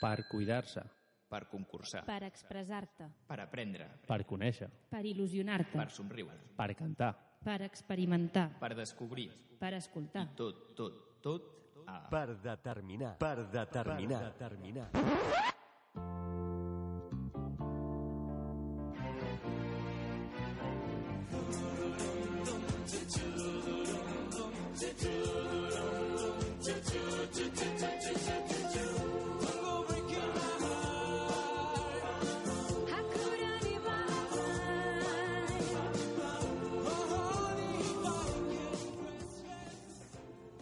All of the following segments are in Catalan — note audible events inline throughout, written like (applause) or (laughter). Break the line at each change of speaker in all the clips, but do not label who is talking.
per cuidar-se,
per concursar,
per expressar-te,
per aprendre,
per conèixer,
per il·lusionar-te,
per somriure,
per cantar,
per experimentar,
per descobrir,
per escoltar,
tot, tot, tot a...
Per determinar. Per determinar. Per determinar.
How could anybody?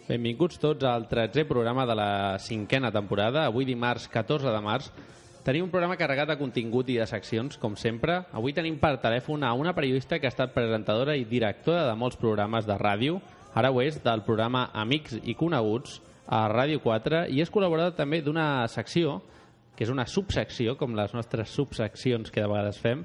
Benvinguts tots al 13è programa de la cinquena temporada. Avui dimarts 14 de març tenim un programa carregat de contingut i de seccions, com sempre. Avui tenim per telèfon a una periodista que ha estat presentadora i directora de molts programes de ràdio. Ara ho és del programa Amics i Coneguts a Ràdio 4 i és col·laboradora també d'una secció que és una subsecció, com les nostres subseccions que de vegades fem,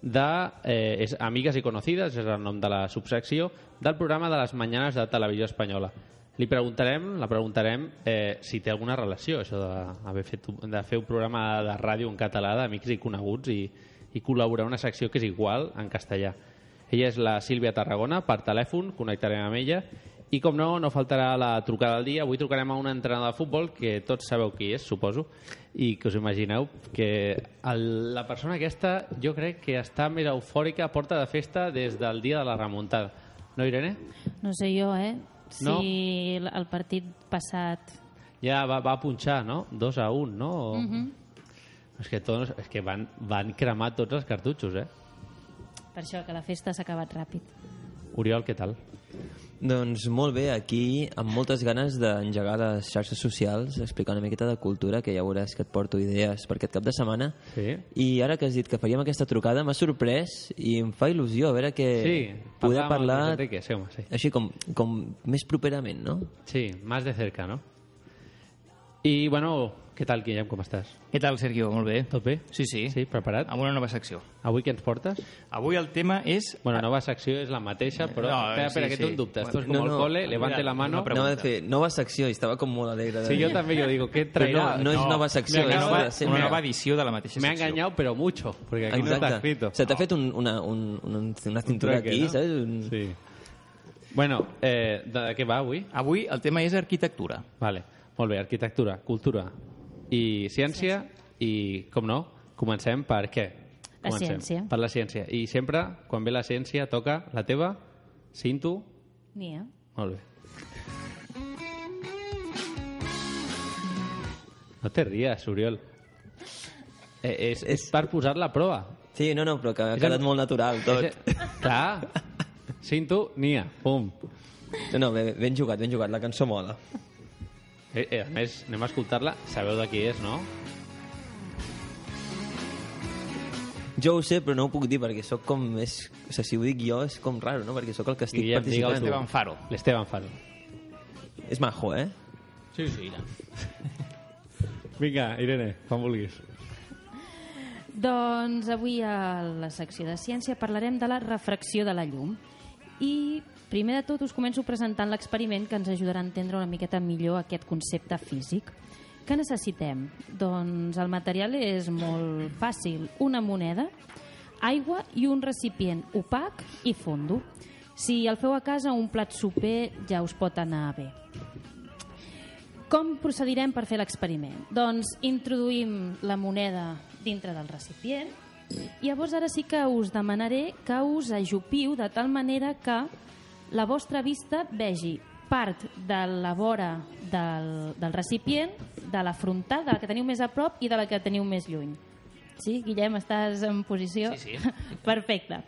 de eh, és Amigues i Conocides, és el nom de la subsecció, del programa de les mañanes de Televisió Espanyola. Li preguntarem, la preguntarem eh, si té alguna relació això d'haver fet un- de fer un programa de ràdio en català d'amics i coneguts i, i col·laborar en una secció que és igual en castellà. Ella és la Sílvia Tarragona, per telèfon, connectarem amb ella i com no, no faltarà la trucada del dia. Avui trucarem a un entrenador de futbol que tots sabeu qui és, suposo, i que us imagineu que el, la persona aquesta jo crec que està més eufòrica, porta de festa des del dia de la remuntada. No, Irene?
No sé jo, eh? Si
No.
el el partit passat...
Ja va, va punxar, no? 2 a 1, no? O... És que, tots, és que van, van cremar tots els cartutxos, eh?
Per això, que la festa s'ha acabat ràpid.
Oriol, què tal?
Doncs molt bé, aquí amb moltes ganes d'engegar les xarxes socials, explicar una miqueta de cultura, que ja veuràs que et porto idees per aquest cap de setmana.
Sí.
I ara que has dit que faríem aquesta trucada, m'ha sorprès i em fa il·lusió a veure que
Sí,
Eh,
parlar
poder
amb el
parlar
Luis Enrique, sí, home, sí.
així com, com més properament, no?
Sí, más de cerca, ¿no? I, bueno, què tal, Guillem, com estàs?
Què tal, Sergio? Molt bé.
Tot bé?
Sí, sí.
Sí, preparat?
Amb una nova secció.
Avui què ens portes?
Avui el tema és...
Ah.
Bueno, nova secció és la mateixa, però...
No,
espera, espera,
sí,
que
sí.
tu en dubtes. Tu és com
No,
el
no.
cole, levante la mano...
Pregunta.
Anava a fer nova secció i estava com molt alegre. de
Sí, jo
dir.
també jo digo, què
Però
traerà?
no, no és
No,
nova secció,
mira,
és
no
la
va-
de
una
sempre.
nova edició de la mateixa
Me ha
secció.
engañado, pero mucho, porque aquí no está escrito.
Se t'ha fet un, una, un, un, una cintura
oh. trueque,
aquí,
no?
saps? Un...
Sí. Bueno, eh, de què va avui?
Avui el tema és arquitectura.
Vale, molt bé, arquitectura, cultura i ciència i, com no, comencem per què?
La
Comencem
ciència.
Per la ciència. I sempre, quan ve la ciència, toca la teva, cinto...
Ni, eh?
Molt bé. No te ries, Oriol. Eh, és, és per posar-la a prova.
Sí, no, no, però que ha
És
quedat
el-
molt natural tot.
És, eh, clar. Cinto, nia, pum.
No, no, ben, ben jugat, ben jugat, la cançó mola.
Eh, eh, a més, anem a escoltar-la. Sabeu de qui és, no?
Jo ho sé, però no ho puc dir perquè sóc com més... O sigui, si ho dic jo és com raro, no? Perquè sóc el que estic
Guillem,
participant.
digue-ho
Esteban Faro.
L'Esteban Faro.
És majo, eh?
Sí, sí.
Vinga, Irene, quan vulguis.
Doncs avui a la secció de ciència parlarem de la refracció de la llum. I primer de tot us començo presentant l'experiment que ens ajudarà a entendre una miqueta millor aquest concepte físic. Què necessitem? Doncs el material és molt fàcil. Una moneda, aigua i un recipient opac i fondo. Si el feu a casa, un plat soper ja us pot anar bé. Com procedirem per fer l'experiment? Doncs introduïm la moneda dintre del recipient i llavors ara sí que us demanaré que us ajupiu de tal manera que la vostra vista vegi part de la vora del, del recipient, de la frontal, de la que teniu més a prop i de la que teniu més lluny. Sí, Guillem, estàs en posició? Sí, sí. (laughs) Perfecte.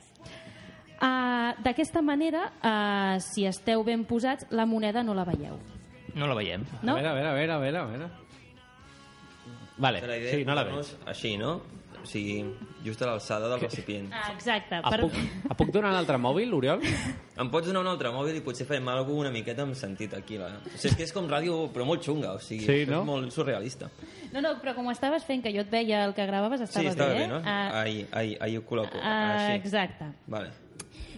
Uh, D'aquesta manera, uh, si esteu ben posats, la moneda no la veieu.
No la veiem.
No?
A veure, a veure, a veure, a veure, a veure. Vale, sí, no la veig.
Així, no? O sigui, just a l'alçada del recipient.
Ah, Exacte.
A
Per...
puc, a puc donar un altre mòbil, Oriol?
Em pots donar un altre mòbil i potser farem alguna una miqueta amb sentit aquí. La... O sigui, és que és com ràdio, però molt xunga, o sigui,
Sí, no?
és molt surrealista.
No, no, però com ho estaves fent, que jo et veia el que gravaves, estava
sí, estava bé,
eh?
no?
Ah,
Ahir, ahir, ahir ho col·loco.
ah,
així.
exacte.
Vale.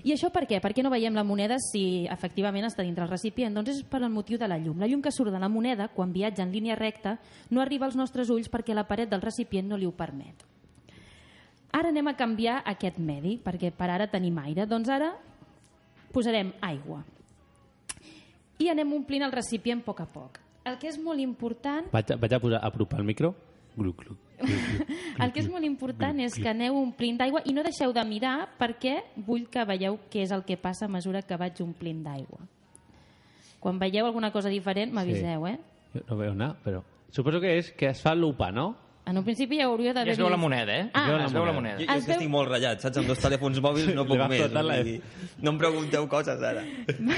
I això per què? Per què no veiem la moneda si efectivament està dintre el recipient? Doncs és per el motiu de la llum. La llum que surt de la moneda, quan viatja en línia recta, no arriba als nostres ulls perquè la paret del recipient no li ho permet. Ara anem a canviar aquest medi, perquè per ara tenim aire. Doncs ara posarem aigua. I anem omplint el recipient a poc a poc. El que és molt important
(laughs) Vaig, a- vaig a posar a apropar el micro. Glu, glu.
el que és molt important és que aneu omplint d'aigua i no deixeu de mirar perquè vull que veieu què és el que passa a mesura que vaig omplint d'aigua. Quan veieu alguna cosa diferent, m'aviseu, eh?
Jo no veu anar, però... Suposo que és que es fa lupa, no?
En un principi ja hauríeu d'haver
Ja es veu la moneda, eh?
Ah.
ja es veu la moneda.
Jo, jo
Es
és que
veu-
estic molt ratllat, saps? Amb dos telèfons mòbils no
Li
puc
va
més.
faltar
o
la
sigui, No em pregunteu coses ara.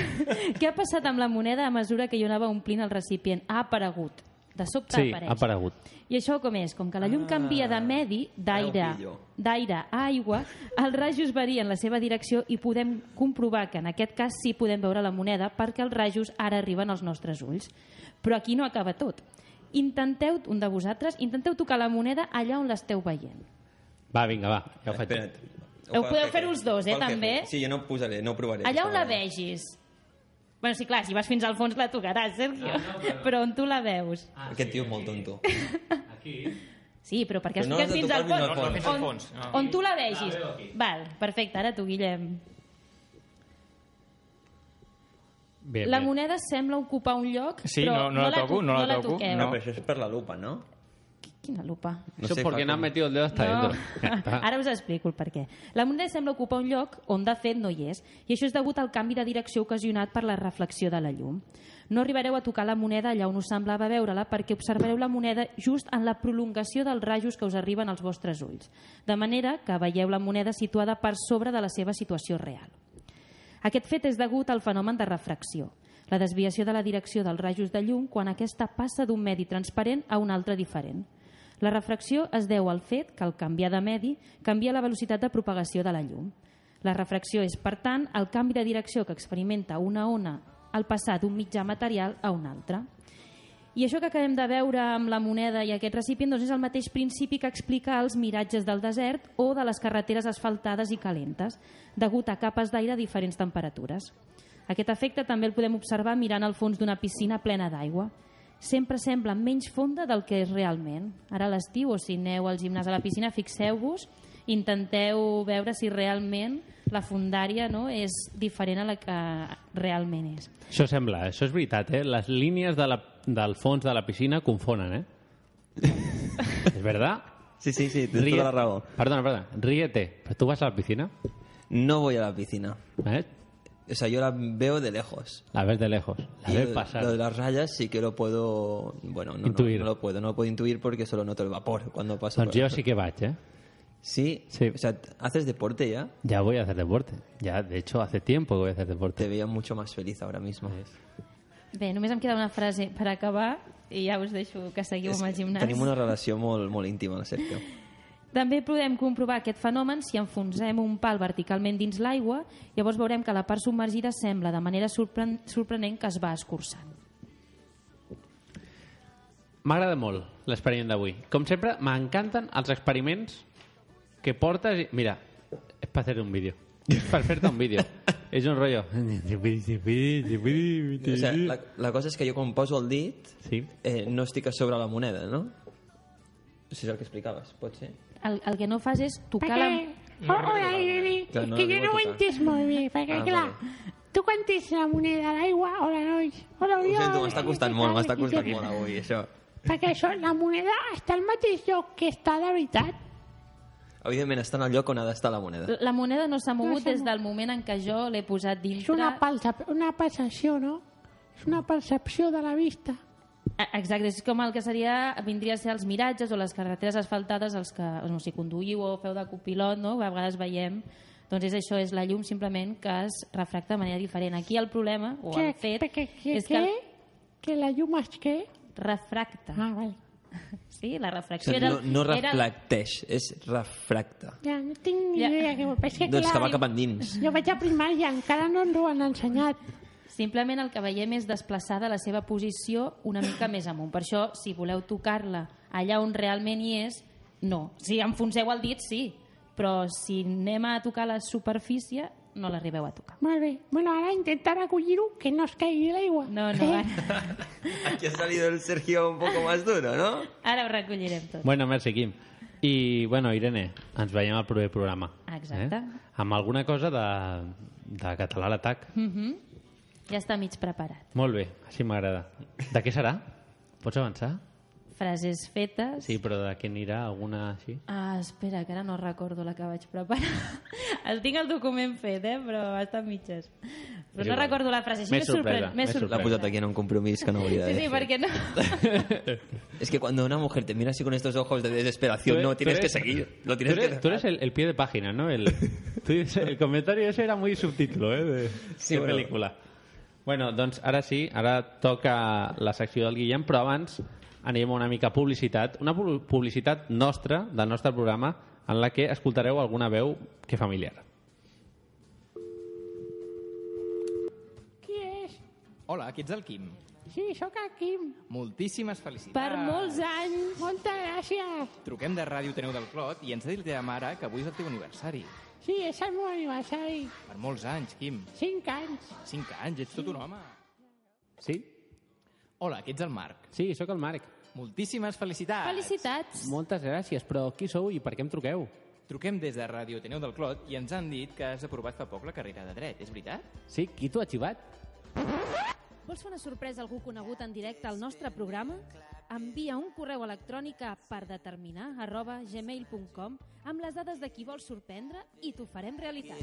(laughs) Què ha passat amb la moneda a mesura que jo anava omplint el recipient? Ha aparegut. De sobte
Sí,
apareix.
ha aparegut.
I això com és? Com que la llum canvia de medi, d'aire
ara Ah, ho pillo.
d'aire a aigua, els rajos varien la seva direcció i podem comprovar que en aquest cas sí podem veure la moneda perquè els rajos ara arriben als nostres ulls. Però aquí no acaba tot. Intenteu, un de vosaltres, intenteu tocar la moneda allà on l'esteu veient.
Va, vinga, va, ja ho faig.
Espera't.
Ho
fa el
podeu
jefe.
fer els dos, eh,
Fa el jefe.
també?
Sí, jo no ho posaré, no ho provaré.
Allà on la
Però-
vegis. Bueno, sí, clar, si vas fins al fons la tocaràs, Sergio. Però on tu la veus.
Ah,
Aquest tio és molt tonto.
Sí, però perquè has
Però no
ficat
l'has de
fins al
tocar
fons.
fins al
fons. No, no, fins al
On,
fons, no.
on tu la vegis. Val, perfecte, ara tu, Guillem.
Bé,
La
bé.
moneda sembla ocupar un lloc,
Sí,
però
no- no la toco,
tu-
no la toco,
toqueu.
no.
Però això és per la lupa, no?
Quina lupa.
Eso
sé,
porque
fa
no has
com-
metido el dedo hasta
No.
dentro. (laughs) Ja està.
(laughs) Ara us explico el per què. La moneda sembla ocupar un lloc on de fet no hi és, i això és degut al canvi de direcció ocasionat per la reflexió de la llum. No arribareu a tocar la moneda allà on us semblava veure-la perquè observareu la moneda just en la prolongació dels rajos que us arriben als vostres ulls, de manera que veieu la moneda situada per sobre de la seva situació real. Aquest fet és degut al fenomen de refracció, la desviació de la direcció dels rajos de llum quan aquesta passa d'un medi transparent a un altre diferent. La refracció es deu al fet que, al canviar de medi, canvia la velocitat de propagació de la llum. La refracció és, per tant, el canvi de direcció que experimenta una ona al passar d'un mitjà material a un altre. I això que acabem de veure amb la moneda i aquest recipient doncs és el mateix principi que explica els miratges del desert o de les carreteres asfaltades i calentes, degut a capes d'aire a diferents temperatures. Aquest efecte també el podem observar mirant al fons d'una piscina plena d'aigua. Sempre sembla menys fonda del que és realment. Ara a l'estiu, o si aneu al gimnàs a la piscina, fixeu-vos, intenteu veure si realment la fondària no, és diferent a la que realment és.
Això sembla, això és veritat, eh? Les línies de la, del fons de la piscina confonen, (laughs) eh? és verdad?
Sí, sí, sí, tens tota la raó.
Perdona, perdona, ríete. Però tu vas a la piscina,
No voy a la piscina.
eh?
O sea, yo la veo de lejos.
La ves de lejos, la
Y
ves
lo-
pasar.
Lo de las rayas sí que lo puedo... Bueno, no, no,
Intuir.
no lo puedo. No lo puedo intuir porque solo noto el vapor cuando paso.
Doncs
por-
jo Pues sí que vaig, eh?
Sí,
Sí.
O sea, ¿haces deporte ya?
Ya voy a hacer deporte. Ya, de hecho, hace tiempo que voy a hacer
Te
deporte.
veía mucho más feliz ahora mismo.
Bé, només em queda una frase per acabar i ja us deixo que seguiu amb el gimnàs.
Tenemos una relación muy, muy íntima, Sergio.
També podem comprovar aquest fenomen si enfonsem un pal verticalment dins l'aigua, llavors veurem que la part submergida sembla de manera sorpren sorprenent que es va escurçant.
M'agrada molt l'experiment d'avui. Com sempre, m'encanten els experiments que portes... I... Mira, és per fer un vídeo. És per fer-te un
(laughs)
vídeo. és un rotllo.
O sea, la, la cosa es que yo con poso el dit
Sí.
eh, no estic a sobre la moneda, no? Si és el que explicaves, pot ser?
El, el que no fas és tocar la...
Perquè... Oh, hola, Irene.
Clar,
és
no
que
la
jo
vull
no ho he
tocar.
entès molt bé, perquè,
Ah,
clar, tu quan tens la moneda a l'aigua, hola, nois, hola,
Ho
Oriol...
sento, m'està costant molt, m'està costant molt avui, això.
Perquè això, la moneda està al mateix lloc que està de veritat.
Evidentment, està en el lloc on ha d'estar la moneda.
La moneda no s'ha mogut
s'ha
des del moment en què jo l'he posat dintre...
És una, palsa, una percepció, no? És una percepció de la vista.
Ah, Exacte, és com el que seria, vindria a ser els miratges o les carreteres asfaltades, els que, no sé, si conduïu o feu de copilot, no? a vegades veiem... Doncs és això, és la llum simplement que es refracta de manera diferent. Aquí el problema, o el fet,
que, que,
és
que,
que
que la llum es que...
refracta.
Ah, vale.
Sí, la
O
refracció
sigui,
era...
no, no
era-
reflecteix, és refracta.
Ja, no tinc ni
Ja.
idea què vol. però És que,
Doncs
clar,
que va
(laughs)
cap endins.
Jo vaig a primària, encara no ens ho han ensenyat.
Simplement el que veiem és desplaçar de la seva posició una mica més amunt. Per això, si voleu tocar-la allà on realment hi és, no. Si enfonseu el dit, sí. Però si anem a tocar la superfície, no l'arribeu a tocar.
Molt bé. Bueno, ara intentar acollir-ho que no es caigui l'aigua.
No, no,
Eh?
ara,
Aquí ha salido el Sergio un poco más duro, ¿no?
ara ho recollirem tot.
Bueno, merci, Quim. I, bueno, Irene, ens veiem al proper programa.
Exacte.
Eh? Amb alguna cosa de, de català a l'atac. Mm.
Mhm. Ja està mig preparat.
Molt bé, així m'agrada. De què serà? Pots avançar?
Frases fetes...
Sí, però de què anirà? Alguna així?
Ah, espera, que ara no recordo la que vaig preparar. El tinc el document fet, eh? però està a mitges. Però
És
no
igual.
recordo la frase. Així
Més
m'he sorpre-
sorpresa,
m'he
més
sorpresa.
La ha puesto aquí en un compromiso que no voy a
eh?
Sí, sí, perquè no...
(laughs)
Es que cuando una mujer te mira así con estos ojos de desesperación,
Tú- e-
no,
tú
tienes que
eres-
seguir. Lo
Tú
tienes
eres, tú
que...
eres el, el pie de página, ¿no?
(laughs)
El, tú dices- el comentario ese era muy subtítulo, ¿eh? De,
Sí,
de
bueno.
película. Bueno, doncs ara sí, ara toca la secció del Guillem, però abans anem a una mica a publicitat. Una pu- publicitat nostra, del nostre programa, en la que escoltareu alguna veu que familiar.
Qui és?
Hola, aquí ets el Quim.
Sí, sóc el Quim.
Moltíssimes felicitats.
Ah.
per molts anys...
Moltes gràcies.
Truquem de Ràdio Teneu del Clot i ens ha dit la teva mare que avui és el teu aniversari.
Sí, és el meu aniversari.
Per molts anys, Quim.
Cinc anys.
Cinc anys, ets tot un home.
Sí?
Hola, aquí ets el Marc.
Sí, sóc el Marc.
Moltíssimes felicitats.
Felicitats!
Moltes gràcies, però qui sou i per què em truqueu?
Truquem des de Ràdio Teneu del Clot i ens han dit que has aprovat fa poc la carrera de dret, és veritat?
Sí, qui t'ho ha xivat?
Vols fer una sorpresa a algú conegut en directe al nostre programa? Envia un correu electrònic a perdeterminar arroba gmail.com amb les dades de qui vols sorprendre i t'ho farem realitat.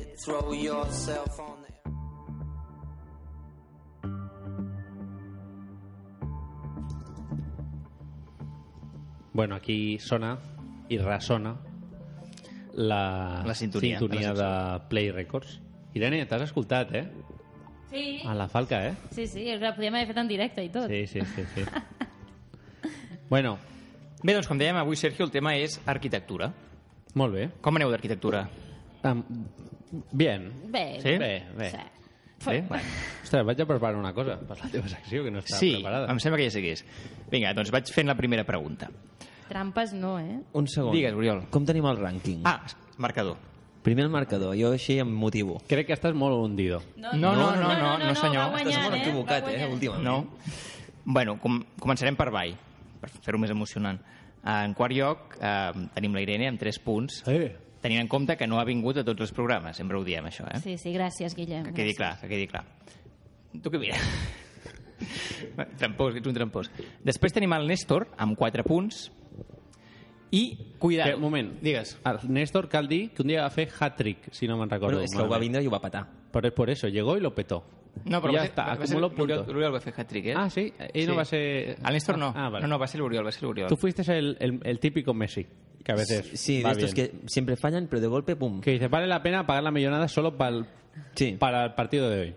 Bueno, aquí sona i ressona la,
La sintonia
sintonia
de
de, de
la
Play Records. Irene, t'has escoltat, eh?
Sí,
A la falca, eh?
sí, sí, la podíem haver fet en directe i tot.
Sí, sí, sí.
(laughs)
sí. bueno,
Bé, doncs, com dèiem, avui, Sergio, el tema és arquitectura.
molt bé.
Com aneu d'arquitectura?
Um, bien.
Bé,
Sí?
Bé, bé.
sí.
Bé? (laughs) Bueno.
Ostres, vaig a preparar una cosa per la teva secció, que no està
Sí,
preparada.
em sembla que ja sé què és. Vinga, doncs vaig fent la primera pregunta.
Trampes no, eh?
Un segundo.
Digues, Oriol.
Com tenim el rànquing?
Ah, marcador.
Primer el marcador, jo així em motivo.
Crec que estàs molt hundido.
No, no, no, no, no, senyor.
va
Estàs
guanyant,
molt
eh?
equivocat,
Va
eh,
guanyant.
últimament.
No? Bueno, com, començarem per avall, per fer-ho més emocionant. Eh, En quart lloc, eh, tenim la Irene amb 3 punts,
Eh.
tenint en compte que no ha vingut a tots els programes, sempre ho diem, això, eh?
Sí, sí, gràcies, Guillem.
Que quedi clar, que quedi clar. Tu què mires? (laughs) trampós, que ets un trampós. Després tenim el Néstor, amb 4 punts, i, cuidado...
Que, un moment.
Digues.
Al Néstor cal dir que un dia va fer hat-trick, si no me'n recordo.
Bueno, és que ho va
malament.
vindre i ho va patar.
Però és por eso, llegó y lo petó.
No, però
I ja
va ser-
està,
va- va ser
acumuló
l'Oriol-
puntos.
L'Oriol va fer hat-trick, eh?
Ah, sí? Ell no va ser-
El Néstor no.
Ah, vale.
No, no, va ser l'Oriol, va ser l'Oriol.
Tú fuiste el, el, el típico Messi, que a veces
Sí,
va
de estos
bien.
que siempre fallan, pero de golpe, pum.
Que dice, vale la pena pagar la millonada solo para el,
Sí,
para el partido de hoy.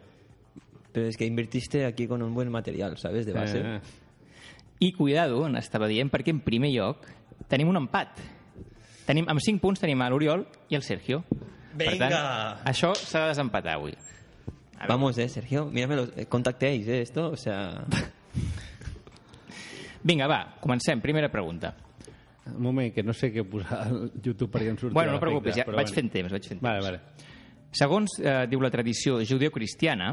pero es que invertiste aquí con un buen material, ¿sabes? De base.
Eh,
I cuidado, on estava dient, perquè en primer lloc tenim un empat. Tenim, amb 5 punts tenim a l'Oriol i el Sergio. Per tant,
Vinga!
això s'ha de desempatar avui. A veure.
Vamos, eh, Sergio, mírame los... eh, Contactéis, eh, esto, o sea...
Vinga, va, comencem. Primera pregunta.
Un moment, que no sé què posar (laughs) al YouTube perquè em surti
Bueno, no
l'efecte,
preocupis, ja
però
vaig
bueno.
fent temps, vaig fent temps.
Vale, vale.
Segons eh, diu la tradició judeocristiana,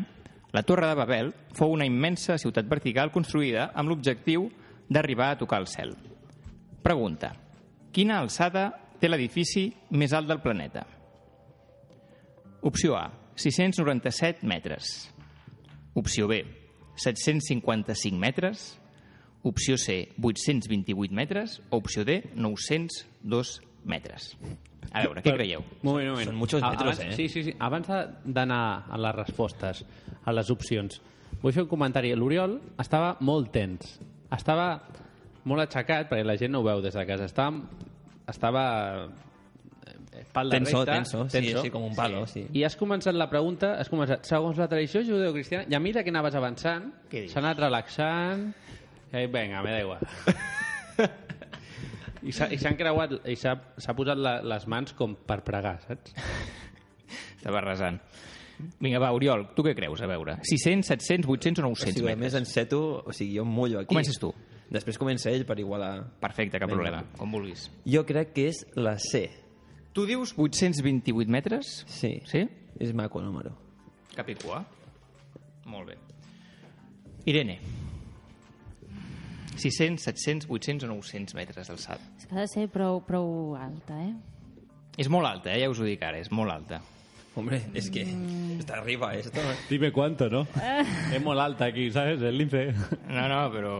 la Torre de Babel fou una immensa ciutat vertical construïda amb l'objectiu d'arribar a tocar el cel. Pregunta. Quina alçada té l'edifici més alt del planeta? Opció A, 697 metres. Opció B, 755 metres. Opció C, 828 metres. O opció D, 902 metres. A veure, què creieu?
Un moment, un moment.
Són muchos
A-
metros,
abans,
eh?
Sí, sí, sí. Abans de- d'anar a les respostes, a les opcions, vull fer un comentari. L'Oriol estava molt tens. Estava molt aixecat, perquè la gent no ho veu des de casa. Estava, estava eh, espalda
Tenso,
recta.
tenso, sí, sí, com un palo, sí.
I has començat la pregunta, has començat, segons la tradició judeocristiana, i a mesura que anaves avançant,
Què dius?
s'ha anat relaxant, i vinga, me da igual.
(laughs)
I s'ha- i s'han creuat, i s'ha s'ha posat la, les mans com per pregar, saps?
Estava resant. Vinga, va, Oriol, tu què creus? A veure, 600, 700, 800 o
O sigui, a
900
més
metres?
enceto, o sigui, jo em mullo aquí.
Comences tu.
Després comença ell per igualar.
Perfecte, cap
Vinga.
problema, com vulguis.
Jo crec que és la C.
Tu dius 828 metres?
Sí.
Sí?
És maco el número.
Capicua. Molt bé. Irene. 600, 700, 800 o 900 metres d'alçada.
És que ha de ser prou, prou alta, eh?
És molt alta, eh? ja us ho dic ara, és molt alta.
Hombre, es que está arriba esto. ¿eh?
Dime cuánto,
(laughs)
¿no? es muy alta aquí, ¿sabes? El lince.
No, no, però...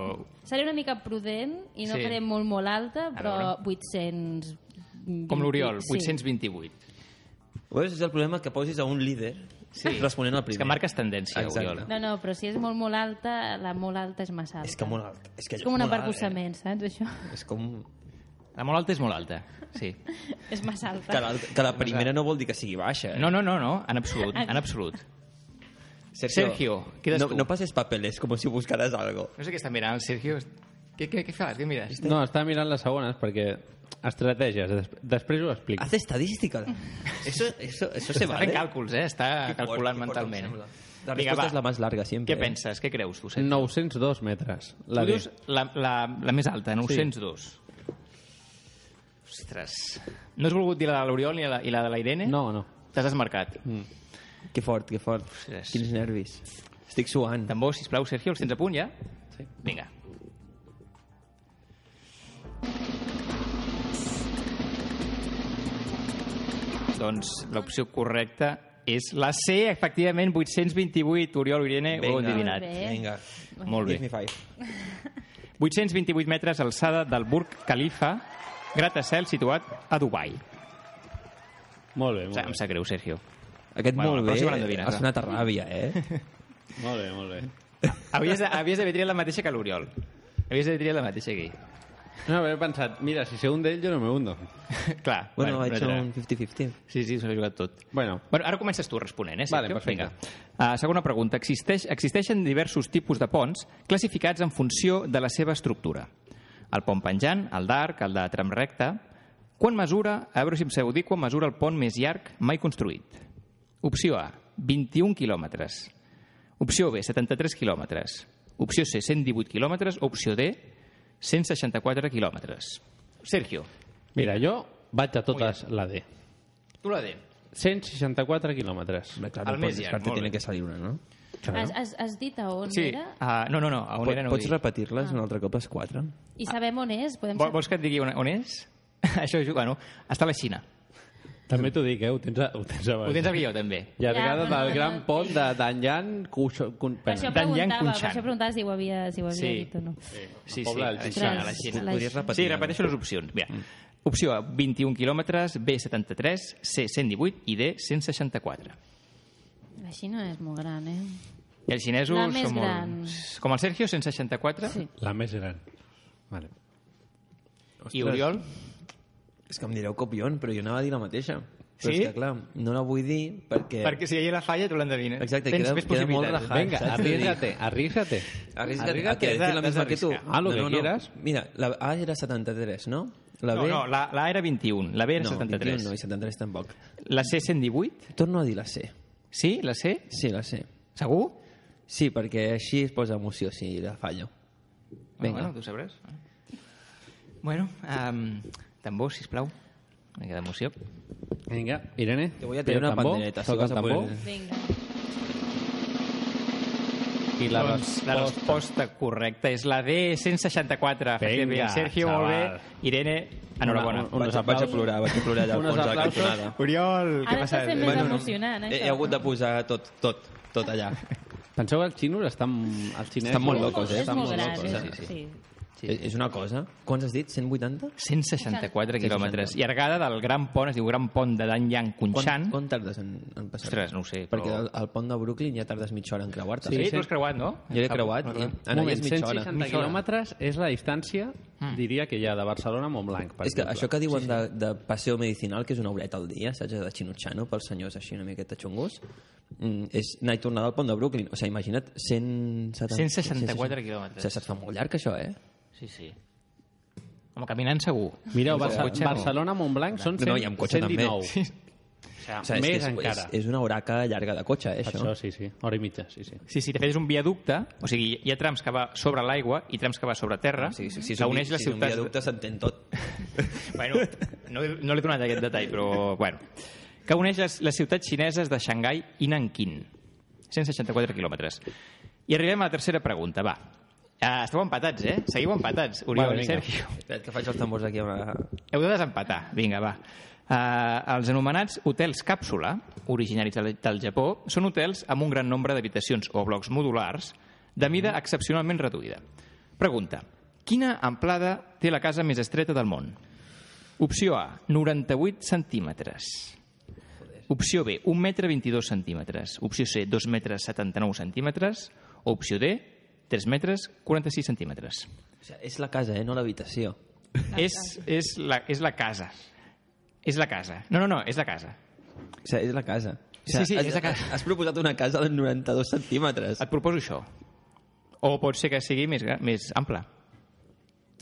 Seré una mica prudent i no
Sí.
sí. faré molt, molt alta, però
veure.
800...
Com l'Oriol,
sí.
828.
Pues és el problema que posis a un líder sí. (laughs) responent al primer.
És que marques tendència,
Exacte.
Oriol.
No, no, però si és molt, molt alta, la molt alta és massa alta.
És que molt alt. És, que
És com un
molt alt,
aparcussament, saps, això? (laughs)
eh? És com...
La molt alta és molt alta, sí.
és massa alta.
Que la, que la primera no vol dir que sigui baixa. Eh?
No, no, no, no, en absolut, en absolut. Sergio, quedes
no,
tu.
No pases papeles, com si buscaras algo.
No sé què està mirant el Sergio. Què, què, què fas? Què mires?
No, estava mirant les segones perquè estratègies, des després ho explico.
Haz
(laughs)
estadística. Eso, eso, eso se
Està
vale.
fent càlculs, eh? Està
Que fort,
calculant
que fort,
mentalment.
em sembla. La resposta és la més larga, sempre,
Què
eh?
penses? Què creus, tu, Sergio?
902 metres. La
La tu
D.
dius la, la, la més alta, 902. Ostres. No has volgut dir la de l'Oriol ni la, i la de la Irene?
No, no.
T'has desmarcat. Mm.
Que fort, que fort.
Ostres.
Quins nervis. Estic suant.
Tambor, sisplau, Sergio, els tens a punt, ja? Sí. Vinga. Doncs l'opció correcta és la C, efectivament, 828. Oriol, Irene, ho heu
Vinga.
endevinat.
Molt bé.
Vinga.
Molt bé.
Give me five.
828 metres alçada del Burj Khalifa, gratacel situat a Dubai.
Molt bé,
Em
molt
sa-
bé.
Em sap greu, Sergio.
Aquest
Bueno, la
molt bé.
pròxima l'endevines,
Ha
va.
sonat a ràbia,
(laughs)
eh?
Molt bé, molt bé.
Havies de- havies d'haver triat la mateixa que l'Oriol. Havies d'haver triat la mateixa aquí.
No, haver pensat, mira, si sé un d'ells jo no me hundo.
Clar.
bueno,
una
vaig a
altra.
un 50-50.
Sí, sí, s'ha jugat tot.
Bueno,
Bueno, ara comences tu responent, eh, Sergio?
Vale, perfecte.
Vinga. Uh, segona pregunta. Existeix, existeixen diversos tipus de ponts classificats en funció de la seva estructura. El pont penjant, el d'arc, el de tram recte... Quan mesura, a veure si em sabeu dir, quan mesura el pont més llarg mai construït? Opció A, 21 quilòmetres. Opció B, 73 quilòmetres. Opció C, 118 quilòmetres. Opció D, 164 quilòmetres. Sergio,
mira, jo vaig a totes la D.
tu la D.
164 quilòmetres.
El més llarg, molt bé.
tiene que salir una, no?
Has, has, has dit a on
Sí,
era?
uh, no, no, no, a on
Pot,
era no ho
pots
dic.
repetir-les un altre cop, les quatre?
I sabem on és? Podem
Vol,
saber-
vols que et digui on, on és? (laughs) Això, és- bueno, està a la Xina.
També t'ho dic, eh? Ho tens a, ho tens a...
Ho tens a guió, també.
Llargada
Ja, no, no,
del
no,
gran
no.
pont de Danyan Kusho...
Per això
D'en Yang
preguntava, per
Kunshan.
això preguntava si ho havia, si ho havia
Sí.
dit o no.
Eh,
Sí, sí,
poble
a
del
la
Xixan.
Xina. A la Xina.
La-
Podries repetir. Mm.
Sí, repeteixo les opcions. Mira. Opció A, 21 quilòmetres, B, 73, C, 118 i D, 164.
La Xina és molt gran, eh?
I els xinesos
La més
són
gran.
molt... Com el Sergio, 164.
Sí.
La més gran. Vale.
I Oriol,
És que em direu copion, però jo anava a dir la mateixa. Però
Sí?
és que, clar, no la vull dir perquè...
perquè si hi ha la falla tu l'endevines.
Exacte,
eh? Tens
queda-
més
queda molt
possibilitats.
rajat.
Vinga,
Saps què
arriesgate, arriesgate.
Arriesga't a
Arriesga't,
que
és
decir la
de-
misma que
és
tu.
arriscar.
Ah, lo que quieras.
Mira, la A era 73, no? La B...
No, no, la, la era 21, la B era
no,
73.
21 no, i 73 tampoc.
La C, 118.
Torno a dir la C.
Sí, la C?
Sí, la C.
Segur?
Sí, perquè així es posa emoció si la fallo. Vinga.
Ah, Bueno, tu sabràs. Bueno, um, tambor, sisplau. Una mica d'emoció.
Vinga, Irene.
Te voy a
pide
tirar una
tambor,
pandereta, si
Toca el
vas a
tambor.
poder-
Vinga.
I la
Doncs la
resposta...
resposta correcta és la D, 164. efectivament.
Vinga,
Sergio,
xaval.
molt bé. Irene, enhorabona.
Un-
Vaig,
unos
a, vaig a
aplausos.
plorar, vaig a plorar allà al
Unos
fons de la
aplausos.
cantonada.
Oriol, què
Ara
passa?
està fent més emocionant,
He,
això.
he hagut de posar tot, tot, tot allà.
Penseu que els xinos estan... Els xinesos
Estan molt
És
locos, eh?
És molt gran,
locos,
és,
eh?
sí, sí.
Sí. (laughs) És una cosa. Quants has dit? 180?
164 quilòmetres. Llargada del gran pont, es diu Gran Pont de Danyang Kunshan.
quan tardes en, en passar?
Ostres, no ho sé,
Perquè
però-
al, al pont de Brooklyn ja tardes mitja hora en creuar-te.
Sí, tu has creuat, no?
Jo l'he creuat Ah,
Un
i en allà
moment,
és mitja hora.
160 quilòmetres és la distància, diria que hi ha de Barcelona a Montblanc. Per
És que
exemple.
això que diuen de, de passeo medicinal, que és una horeta al dia, saps, de xinutxano, pels senyors així una miqueta xungos, mm, és anar i tornar del pont de Brooklyn. O sigui, imagina't 170...
164 quilòmetres.
O sigui, se't fa molt llarg, això, eh?
Sí, sí. Home, caminant segur.
Mireu, Barça, Barcelona a Montblanc són 100,
No, no, i amb cotxe també.
119.
Sí.
O sigui,
O és que
més
és,
encara.
És, és una horaca llarga de cotxe, eh,
Per
això.
això, sí, sí. Hora i mitja, sí, sí.
Sí, sí, de fet és un viaducte, o sigui, hi ha trams que va sobre l'aigua i trams que va sobre terra,
Sí, sí, sí,
que uneix
si
les
és un
ciutats...
viaducte s'entén tot.
Bueno, no, no l'he donat aquest detall, però, bueno. que uneix les, les ciutats xineses de Xangai i Nanquín. 164 quilòmetres. I arribem a la tercera pregunta, va. Uh, esteu empatats, eh? Seguiu empatats, Oriol
Vale,
i
vinga.
Sergio.
Espera't que faig els tambors aquí. Amb la...
Heu de desempatar. Vinga, va. Uh, els anomenats hotels càpsula, originaris del, del Japó, són hotels amb un gran nombre d'habitacions o blocs modulars de mida excepcionalment reduïda. Pregunta. Quina amplada té la casa més estreta del món? Opció A, 98 centímetres. Opció B, 1 metre 22 centímetres. Opció C, 2 metres 79 centímetres. Opció D, 3 metres 46 centímetres.
O sigui, és la casa, eh? no l'habitació.
És, és, la, és la casa. És la casa. No, no, no, és la casa.
O sigui, és la casa. O sigui,
Sí, sí,
has,
és la casa.
Has proposat una casa Ah, de 92 centímetres.
Et proposo això. O pot ser que sigui més, gra- més ampla.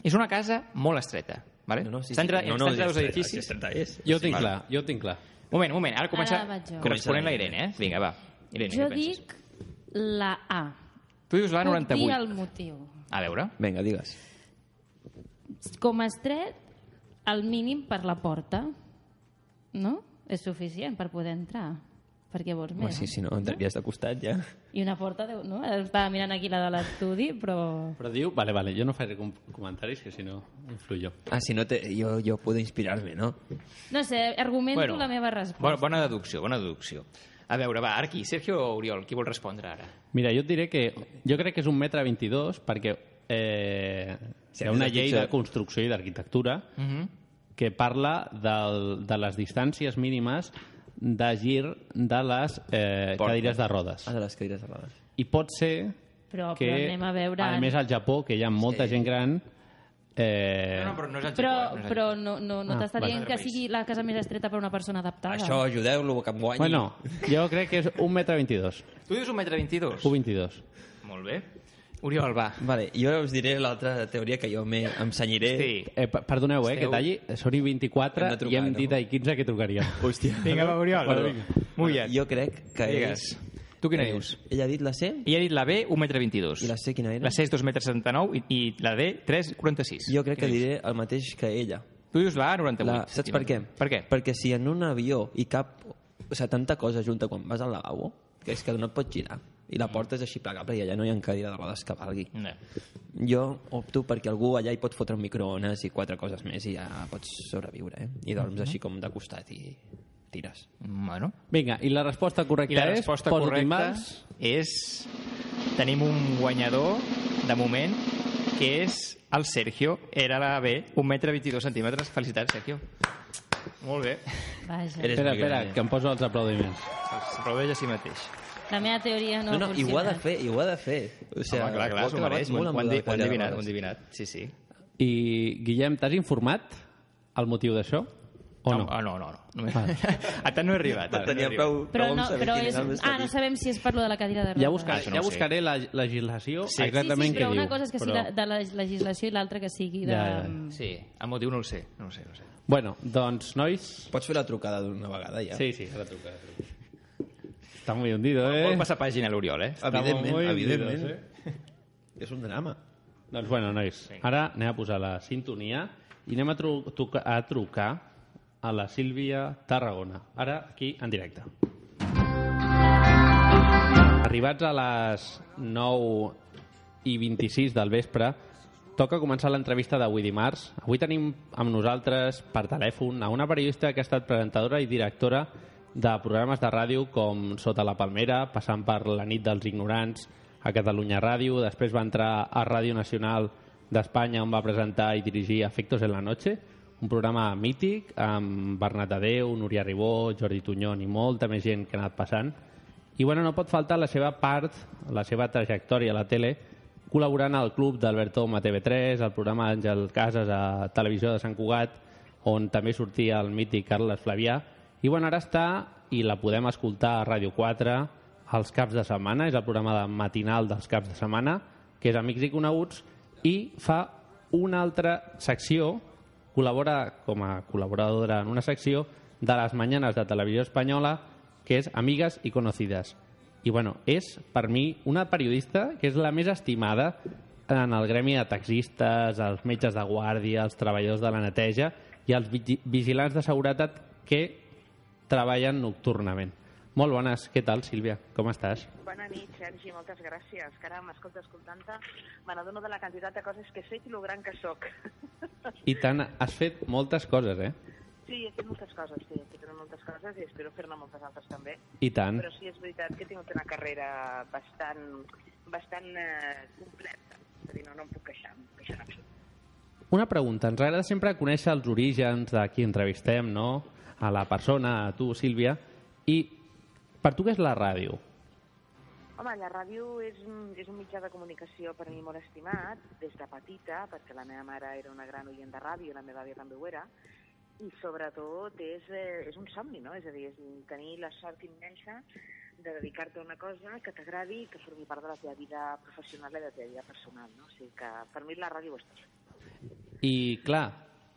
És una casa molt estreta. Vale?
No, no, sí,
Està entre,
sí. No,
entre
no,
els dos
és estreta,
edificis.
és estreta, és.
Jo ho tinc clar, jo ho tinc clar.
Moment, moment, ara comença...
Ara vaig jo.
Corresponent la Irene, eh? Vinga, va. Irene,
Jo
què penses?
dic la A.
Tu dius la
Puc dir
98.
el motiu.
A veure.
Vinga, digues.
Com a estret, el mínim per la porta, no? És suficient per poder entrar. Perquè vols
Home,
més.
sí, sí, no, entraries de costat ja.
I una porta, deu, no? Estava mirant aquí la de l'estudi, però...
Però diu... Vale, vale, jo no faré com comentaris, que si no influyo.
Ah, si no, te, jo, jo puc inspirar-me, no?
No sé, argumento bueno, la meva resposta.
Bona, bona deducció, bona deducció. A veure, va, ara qui? Sergio o Oriol? Qui vol respondre ara?
Mira, jo et diré que... Jo crec que és un metre 22 perquè eh,
Sí,
hi ha una
és el
llei
pitjor.
de construcció i d'arquitectura que parla del, de les distàncies mínimes de gir de les eh,
Porta.
cadires de rodes.
Ah, de les cadires de rodes.
I pot ser
Però-
que,
però anem a veure-
a més, al Japó, que hi ha molta gent gran... Eh,
No, no, però no és el
Però,
Japó, eh? No és el
però no, no, no t'està
vale.
dient que
País.
sigui la casa més estreta per a una persona adaptada.
Ah, Això, ajudeu-lo, que em guanyi.
bueno, jo crec que és un metre 22.
Tu dius un metre 22?
Un 22.
Molt bé. Oriol, va.
Vale, jo us diré l'altra teoria que jo me, em senyiré.
Sí.
Eh, pa- perdoneu, eh,
Esteu-
que talli. Són i 24
Hem de trucar,
i hem dit a
no?
15 que trucaria.
Hòstia.
(laughs) Vinga, va, Oriol.
Bueno,
Vinga. Muy bien.
Jo crec que
Digues.
és...
Tu quina
eh,
dius?
Ella ha dit la C?
Ella ha dit la B, 1,22 metre.
I la C quina era?
La C és 2,79 metre i, i la D, 3,46.
Jo crec que diré el mateix que ella.
Tu dius la A, 98.
La, saps per què?
Per què?
Perquè si en un avió hi cap... O sigui, tanta cosa junta quan vas al lavabo, que és que no et pots girar. I la porta és així plegable i allà no hi ha cadira de rodes que valgui.
No.
Jo opto perquè algú allà hi pot fotre un microones i quatre coses més i ja pots sobreviure, eh? I dorms així com de costat i tires.
Bueno.
Vinga, i la resposta correcta
I la
és...
resposta
poso
correcta
timbals.
és... Tenim un guanyador, de moment, que és el Sergio. Era la B, 1,22 metre centímetres. Felicitats, Sergio. Molt bé.
Vaja.
Eres-
Espera,
És
espera,
migrant, eh?
que em poso els aplaudiments.
S'aplaudeix a si mateix.
La meva teoria no,
No, no, i ho ha
funciona.
de fer, i ho ha de fer. O sigui,
Home, clar, clar,
ho
s'ho
acabat
mereix. Ho,
molt
ho,
amb
han
lo de
di- ho han
cadira de
divinat, ho
rodes.
han divinat. Sí, sí.
I, Guillem, t'has informat el motiu d'això? O no?
Ah, no, no. no. no. (laughs) A tant no he arribat. a tant no he
Tenia
arribat.
prou,
Però,
prou
no,
amb saber
però
quin
és...
era el més
Ah, no
petit.
sabem si és per lo de la cadira de rodes.
Ja buscaré,
Això no
ja
ho sé.
buscaré la legislació
Sí.
Sí, sí,
exactament
però
què
una
diu,
cosa és que sigui
però-
de, de la legislació i l'altra que sigui de... Mm.
Ja, ja,
Sí, el motiu no el sé. No el sé, no el sé.
Bueno, doncs, nois...
Pots fer la trucada d'una vegada, ja.
Sí, sí, ara truca. Està muy hundido, eh?
Vol passar pàgina l'Oriol, eh?
Evidentment,
Estamos muy
evidentment.
hundidos,
És un drama.
eh? Doncs bueno, nois, ara anem a posar la sintonia i anem a, tru truca- a trucar a la Sílvia Tarragona. Ara, aquí, en directe. Arribats a les 9 i 26 del vespre, toca començar l'entrevista d'avui dimarts. Avui tenim amb nosaltres, per telèfon, a una periodista que ha estat presentadora i directora de programes de ràdio com Sota la Palmera, passant per La nit dels ignorants, a Catalunya Ràdio, després va entrar a Ràdio Nacional d'Espanya on va presentar i dirigir Efectos en la noche, un programa mític amb Bernat Adeu, Núria Ribó, Jordi Tunyón i molta més gent que ha anat passant. I bueno, no pot faltar la seva part, la seva trajectòria a la tele, col·laborant al club d'Albert Tom a TV3, al programa Àngel Casas a Televisió de Sant Cugat, on també sortia el mític Carles Flavià. I bueno, ara està, i la podem escoltar a Ràdio 4, als caps de setmana, és el programa de matinal dels caps de setmana, que és Amics i Coneguts, i fa una altra secció col·labora com a col·laboradora en una secció de les mañanes de Televisió Espanyola que és Amigues i Conocides. I bueno, és per mi una periodista que és la més estimada en el gremi de taxistes, els metges de guàrdia, els treballadors de la neteja i els vigi- vigilants de seguretat que treballen nocturnament. Molt bones, què tal, Sílvia? Com estàs?
Bona nit, Sergi, moltes gràcies. Caram, escolta, escoltant-te, me n'adono de la quantitat de coses que sé i lo gran que sóc.
I tant, has fet moltes coses, eh?
sí, he fet moltes coses, sí, he fet moltes coses i espero fer-ne moltes altres també.
I tant.
Però sí, és veritat que he tingut una carrera bastant, bastant eh, completa. És a dir, no, no em puc queixar, em puc queixar en absolut.
Una pregunta. Ens agrada sempre conèixer els orígens de qui entrevistem, no? A la persona, a tu, Sílvia. I per tu què és la ràdio?
Home, la ràdio és, un- és un mitjà de comunicació per mi molt estimat, des de petita, perquè la meva mare era una gran oient de ràdio, la meva àvia també ho era, i sobretot és, eh, és un somni, no? És a dir, és tenir la sort immensa de dedicar-te a una cosa que t'agradi i que formi part de la teva vida professional i de la teva vida personal, no? O sigui que per mi la ràdio ho és tot.
I, clar,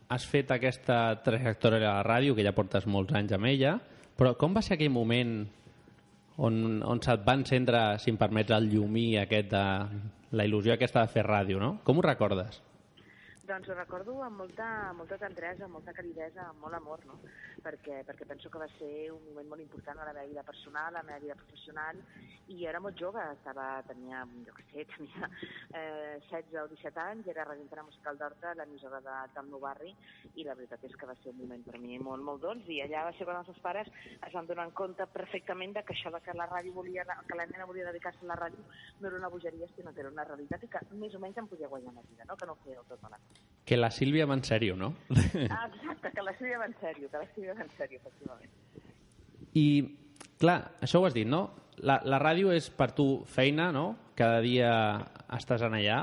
has fet aquesta trajectòria de la ràdio, que ja portes molts anys amb ella, però com va ser aquell moment on, on se't va encendre, si em permets, el llumí aquest de la il·lusió aquesta de fer ràdio, no? Com ho recordes?
Doncs ho recordo amb molta, amb molta tendresa, amb molta calidesa, amb molt amor, no? Perquè, perquè penso que va ser un moment molt important a la meva vida personal, a la meva vida professional, i era molt jove, estava, tenia, jo què sé, tenia eh, 16 o 17 anys, era regentera musical d'Horta, l'emissora de, del meu barri, i la veritat és que va ser un moment per mi molt, molt dolç, i allà va ser quan els meus pares es van donar en compte perfectament de que això de que la ràdio volia, que la nena volia dedicar-se a la ràdio no era una bogeria, sinó que era una realitat i que més o menys em podia guanyar la vida, no? que no ho feia del tot malament.
Que la Sílvia va en sèrio, no?
Ah, Exacte, que l'estudia va en sèrio, que l'estudia va en sèrio, efectivament.
I, clar, això ho has dit, no? La, la ràdio és per tu feina, no? Cada dia estàs en allà,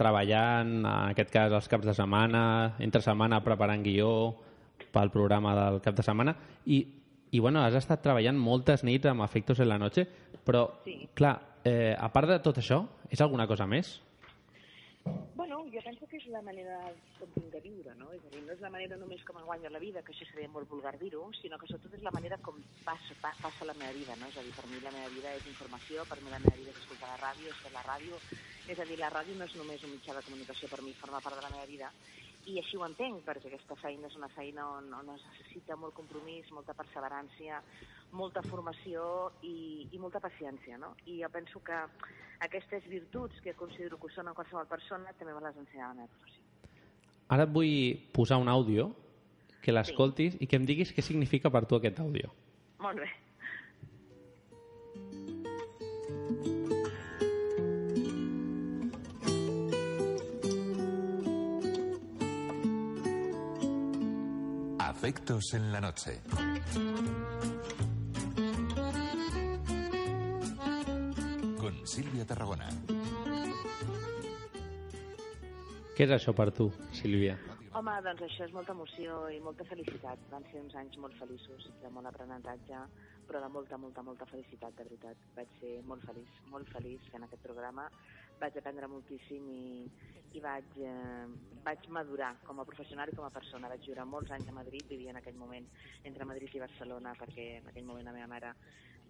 treballant, en aquest cas els caps de setmana, entre setmana preparant guió pel programa del cap de setmana, i, i bueno, has estat treballant moltes nits amb Efectos en la Noche, però,
Sí.
clar, eh, a part de tot això, és alguna cosa més?
Bueno, jo penso que és la manera com tinc de viure, no? És a dir, no és la manera només com em guanyo la vida, que això seria molt vulgar dir-ho, sinó que sobretot és la manera com passa, pa, passa la meva vida, no? És a dir, per mi la meva vida és informació, per mi la meva vida és escoltar la ràdio, és fer la ràdio... És a dir, la ràdio no és només un mitjà de comunicació, per mi forma part de la meva vida, i així ho entenc, perquè aquesta feina és una feina on, on es necessita molt compromís, molta perseverància, molta formació i, i molta paciència, no? I jo penso que aquestes virtuts que considero que ho són en qualsevol persona també me les ensenyava la meva professió.
Ara et vull posar un àudio, que l'escoltis i que em diguis què significa per tu aquest àudio.
Molt bé.
Afectos en la noche. Con Silvia Tarragona.
Què és això per tu, Sílvia?
Home, doncs això és molta emoció i molta felicitat. Van ser uns anys molt feliços, de molt aprenentatge, però de molta, molta, molta felicitat, de veritat. Vaig ser molt feliç, molt feliç fent aquest programa. Vaig aprendre moltíssim i, i vaig, eh, vaig madurar com a professional i com a persona. Vaig viure molts anys a Madrid, vivia en aquell moment entre Madrid i Barcelona, perquè en aquell moment la meva mare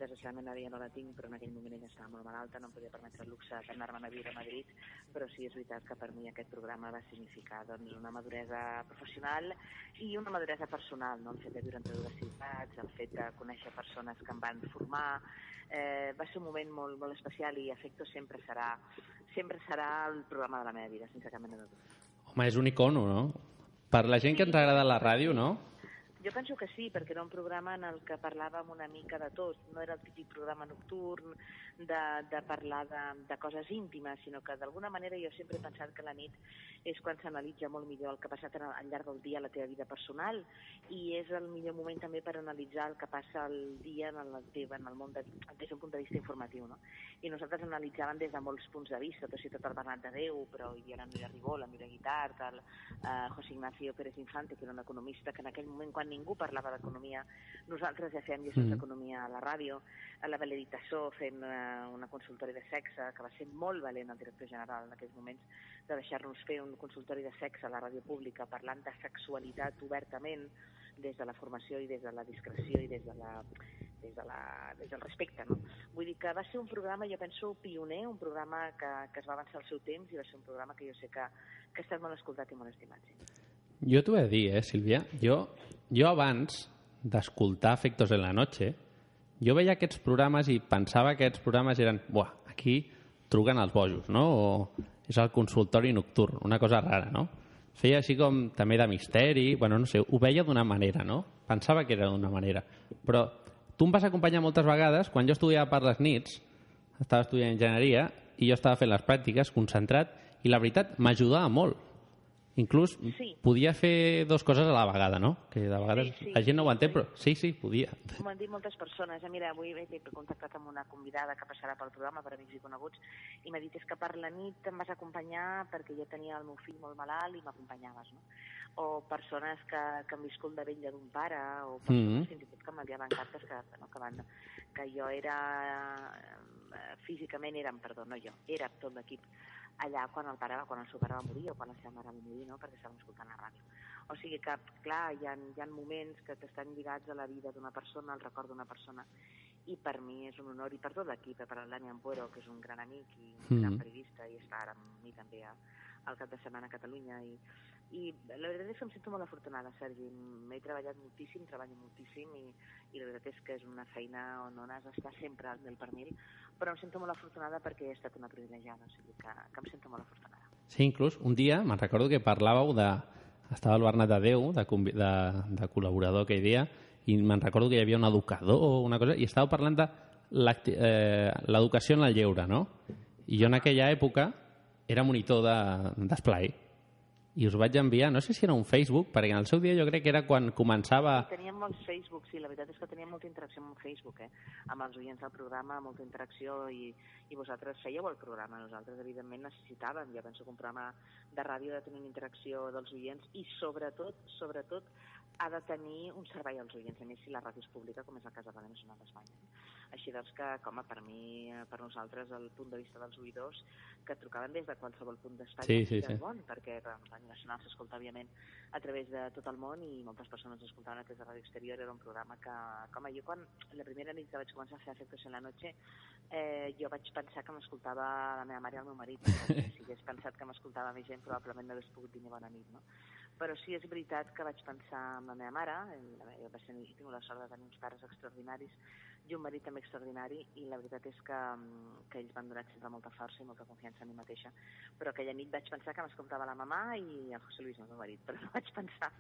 desgraciadament ara ja no la tinc, però en aquell moment ella estava molt malalta, no em podia permetre el luxe d'anar-me'n a viure a Madrid, però sí, és veritat que per mi aquest programa va significar doncs, una maduresa professional i una maduresa personal, no? el fet de viure entre dues ciutats, el fet de conèixer persones que em van formar, eh, va ser un moment molt, molt especial i Afecto sempre serà, sempre serà el programa de la meva vida, sense cap mena de dubte.
Home, és un icono, no? Per la gent que ens agrada la ràdio, no?
Jo penso que sí, perquè era un programa en el que parlàvem una mica de tot. No era el típic programa nocturn de, de parlar de, de coses íntimes, sinó que d'alguna manera jo sempre he pensat que la nit és quan s'analitza molt millor el que ha passat en el- al llarg del dia a la teva vida personal i és el millor moment també per analitzar el que passa el dia en el, teva, en el món de, des d'un punt de vista informatiu. No? I nosaltres analitzàvem des de molts punts de vista, tot i tot el Bernat de Déu, però hi havia la Núria Ribó, la Núria Guitart, el, eh, José Ignacio Pérez Infante, que era un economista que en aquell moment, quan ningú parlava d'economia, nosaltres ja fèiem lliçons d'economia a la ràdio, a la Valerita So fent eh, una consultori de sexe, que va ser molt valent el director general en aquells moments, de deixar-nos fer un consultori de sexe a la ràdio pública, parlant de sexualitat obertament, des de la formació i des de la discreció i des de la des, de la, des del respecte. No? Vull dir que va ser un programa, jo penso, pioner, un programa que, que es va avançar al seu temps i va ser un programa que jo sé que, que ha estat molt escoltat i molt estimat. Sí.
Jo t'ho he de dir, eh, Sílvia? Jo, jo abans d'escoltar Efectos en la Noche, jo veia aquests programes i pensava que aquests programes eren buah, aquí truquen els bojos, no? O és el consultori nocturn, una cosa rara, no? Feia així com també de misteri, bueno, no sé, ho veia d'una manera, no? Pensava que era d'una manera. Però tu em vas acompanyar moltes vegades, quan jo estudiava per les nits, estava estudiant enginyeria i jo estava fent les pràctiques, concentrat, i la veritat m'ajudava molt. Inclús
Sí.
podia fer dues coses a la vegada, no? Que de vegades
Sí, sí,
la gent no ho entén, però sí, sí, podia.
M'ho han dit moltes persones. Eh, Mira, avui he contactat amb una convidada que passarà pel programa per amics i coneguts i m'ha dit és que per la nit em vas acompanyar perquè jo tenia el meu fill molt malalt i m'acompanyaves, no? O persones que, que han viscut la vella d'un pare o persones
Mhm.
fins i tot que m'enviaven cartes que, no, que, van, que jo era... eh, físicament érem, perdó, no jo, era tot l'equip allà quan el pare, quan el seu pare va morir o quan la seva mare va morir, no? perquè estàvem escoltant la ràdio. O sigui que, clar, hi ha, hi ha moments que estan lligats a la vida d'una persona, al record d'una persona, i per mi és un honor, i per tot l'equip, eh, per el Dani Ampuero, que és un gran amic i un
Mhm.
gran periodista, i està ara amb mi també a, al cap de setmana a Catalunya, i, i la veritat és que em sento molt afortunada, Sergi. M'he treballat moltíssim, treballo moltíssim, i, i la veritat és que és una feina on on has d'estar sempre al mil per mil, però em sento molt afortunada perquè he estat una privilegiada, o sigui que, que em sento molt afortunada.
Sí, inclús un dia, me'n recordo que parlàveu de... Estava el Bernat Adeu, de, convi- de, de col·laborador aquell dia, i me'n recordo que hi havia un educador o una cosa, i estava parlant de l'acti- eh, l'educació en el lleure, no? I jo en aquella època era monitor de- d'esplai. I us vaig enviar, no sé si era un Facebook, perquè en el seu dia jo crec que era quan començava...
Teníem molts Facebook, sí, la veritat és que teníem molta interacció amb Facebook, eh? amb els oients del programa, molta interacció, i, i vosaltres fèieu el programa. Nosaltres, evidentment, necessitàvem, ja penso que un programa de ràdio ha de tenir una interacció dels oients i, sobretot, sobretot, ha de tenir un servei als oients, a més si la ràdio és pública, com és el cas de València Nacional d'Espanya. Així doncs que, com a per mi, eh, per nosaltres, el punt de vista dels oïdors, que trucaven des de qualsevol punt d'Espanya
Sí,
i
sí,
del
sí.
món, perquè eh, Ràdio Nacional s'escolta, òbviament, a través de tot el món i moltes persones escoltaven a través de Ràdio Exterior. Era un programa que, com a jo, quan la primera nit que vaig començar a fer efectes en la noche, eh, jo vaig pensar que m'escoltava la meva mare i el meu marit.
(laughs)
perquè si hagués pensat que m'escoltava més gent, probablement no hagués pogut dir ni bona nit, no? Però sí, és veritat que vaig pensar en la meva mare, i la meva, jo vaig tenir, tinc la sort de tenir uns pares extraordinaris i un marit també extraordinari, i la veritat és que, mm, que ells m'han donat sempre molta força i molta confiança en mi mateixa. Però aquella nit vaig pensar que m'escoltava la mamà i el José Luis, el meu marit, però (laughs) no vaig pensar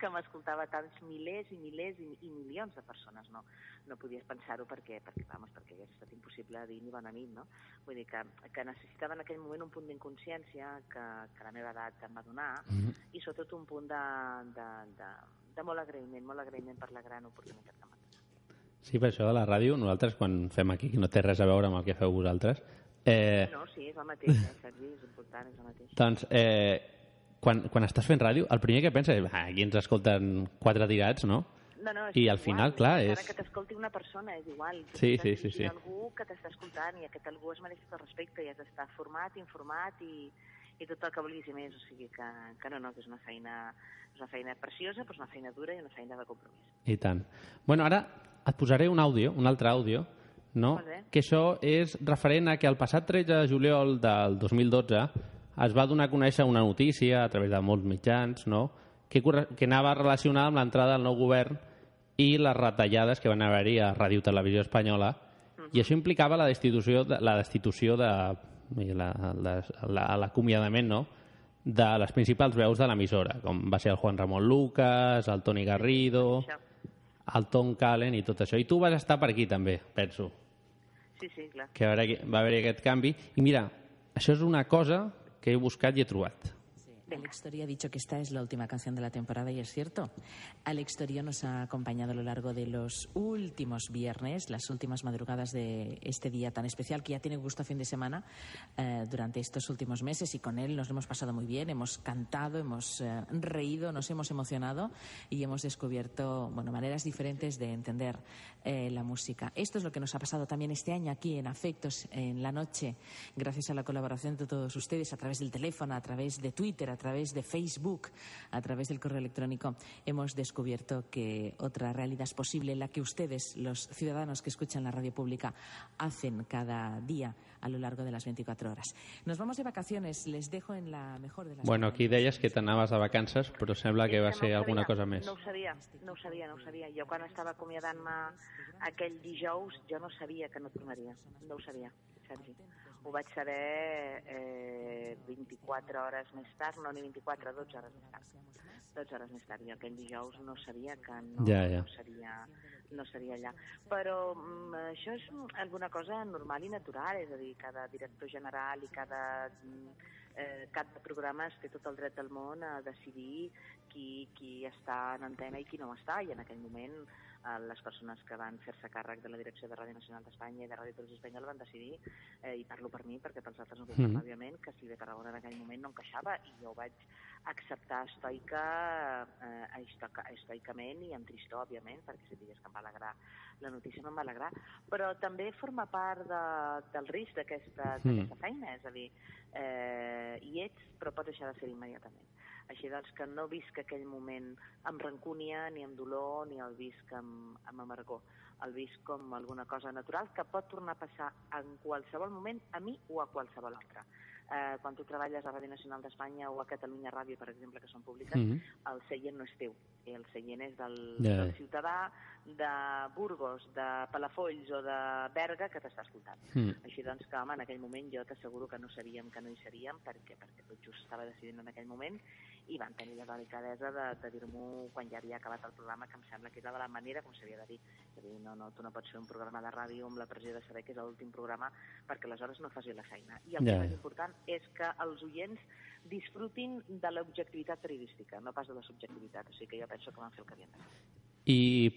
que m'escoltava tants milers i milers i, i milions de persones, no? No podies pensar-ho perquè, perquè, vamos, perquè hagués estat impossible dir ni bona nit, no? Vull dir que, que necessitava en aquell moment un punt d'inconsciència que, que la meva edat em va donar
Mhm.
i sobretot un punt de, de, de, de molt agraïment, molt agraïment per la gran oportunitat que m'ha donat.
Sí, per això de la ràdio, nosaltres quan fem aquí, que no té res a veure amb el que feu vosaltres, eh,
No, sí, és el mateix, eh, Sergi, és important, és el mateix.
Doncs, eh, quan, quan estàs fent ràdio, el primer que penses és, "Ah, aquí ens escolten quatre tirats, no?
No, no, és
I al
igual,
final, clar,
encara
és-
que t'escolti una persona, és igual. Tu
Sí,
estàs
sí, sí,
dirigint
sí.
a algú que t'està escoltant i aquest algú es mereix tot el respecte i has d'estar format, informat i, i tot el que vulguis i més. O sigui que, que no, no, que és una feina, és una feina preciosa, però és una feina dura i una feina de compromís.
I tant. Bueno, ara et posaré un àudio, un altre àudio, no?
Molt bé.
que això és referent a que el passat 13 de juliol del 2012 es va donar a conèixer una notícia a través de molts mitjans no? que, corre- que anava relacionada amb l'entrada del nou govern i les retallades que van haver-hi a Ràdio Televisió Espanyola i això implicava la destitució de, la destitució de i la- la- la- l'acomiadament no? de les principals veus de l'emissora, com va ser el Juan Ramon Lucas, el Toni Garrido, el Tom Callen i tot això. I tu vas estar per aquí també, penso
Sí, sí, clar.
que va haver, va haver aquest canvi. I mira, això és una cosa que he buscat i he trobat.
Alex Torio ha dicho que esta es la última canción de la temporada y es cierto. Alex Torio nos ha acompañado a lo largo de los últimos viernes, las últimas madrugadas de este día tan especial que ya tiene gusto a fin de semana eh, durante estos últimos meses y con él nos lo hemos pasado muy bien, hemos cantado, hemos eh, reído, nos hemos emocionado y hemos descubierto bueno, maneras diferentes de entender eh, la música. Esto es lo que nos ha pasado también este año aquí en Afectos, en la noche, gracias a la colaboración de todos ustedes a través del teléfono, a través de Twitter, a través través de Facebook, a través del correo electrónico, hemos descubierto que otra realidad es posible, la que ustedes, los ciudadanos que escuchan la radio pública, hacen cada día a lo largo de las 24 horas. Nos vamos de vacaciones, les dejo en la mejor de las...
Bueno, aquí deies que t'anaves de vacances, però sembla que va ser alguna cosa més.
No ho sabia, no ho sabia, no ho sabia. Jo quan estava acomiadant-me aquell dijous, jo no sabia que no tornaria. No ho sabia, Sergi. Ho vaig saber eh, 24 hores més tard, no ni 24, 12 hores més tard. 12 hores més tard. Jo aquell dijous no sabia que no,
Ja, ja.
no seria no seria allà. Però mm, això és alguna cosa normal i natural, és a dir, cada director general i cada mm, eh, cap de programes té tot el dret del món a decidir qui, qui està en antena i qui no ho està, i en aquell moment eh, les persones que van fer-se càrrec de la direcció de Ràdio Nacional d'Espanya i de Ràdio Televisió Espanyola van decidir, eh, i parlo per mi perquè pels altres no puc parlar,
Mm-hmm.
Mhm.
òbviament, que si de Tarragona en aquell moment no encaixava i jo ho vaig acceptar estoica, eh, estoica, estoicament i amb tristor, òbviament, perquè si digués que em va alegrar la notícia no em va alegrar, però també forma part de, del risc d'aquesta
Mm.
mm. feina, és a dir, eh, hi ets però pots deixar de ser immediatament. Així doncs que no visc aquell moment amb rancúnia, ni amb dolor, ni el visc amb, amb amargor. El visc com alguna cosa natural que pot tornar a passar en qualsevol moment a mi o a qualsevol altre. Eh, quan tu treballes a Ràdio Nacional d'Espanya o a Catalunya Ràdio, per exemple, que són
Hmm.
públiques,
Mhm.
el seient no és teu. El seient és del,
Ja.
del ciutadà de Burgos, de Palafolls o de Berga que t'està escoltant.
Mm.
Així doncs que, home, en aquell moment jo t'asseguro que no sabíem que no hi seríem perquè, perquè tot just estava decidint en aquell moment i van tenir la delicadesa de, de dir-m'ho quan ja havia acabat el programa, que em sembla que era de la manera com s'havia de dir. És a dir, no, no, tu no pots fer un programa de ràdio amb la pressió de saber que és l'últim programa perquè aleshores no fas bé la feina. I el
Ja.
que és més important és que els oients disfrutin de l'objectivitat periodística, no pas de la subjectivitat. O sigui que jo penso que van fer el que havien de fer.
I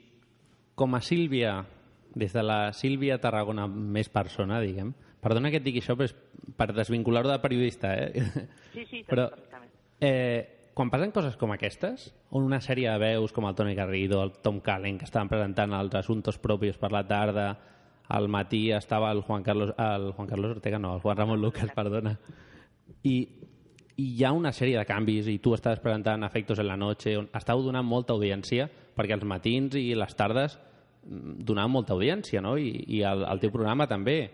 com a Sílvia, des de la Sílvia Tarragona més persona, diguem, perdona que et digui això, però és per desvincular-ho de periodista, eh? (laughs)
Sí, sí,
però, eh, quan passen coses com aquestes, on una sèrie de veus com el Toni Garrido, el Tom Callen, que estaven presentant els assumptes propis per la tarda, al matí estava el Juan Carlos, el Juan Carlos Ortega, no, el Juan Ramon Lucas, perdona. I i hi ha una sèrie de canvis i tu estàs presentant Efectos en la noche on estàveu donant molta audiència perquè els matins i les tardes mm, donaven molta audiència no? i, i el, el teu programa també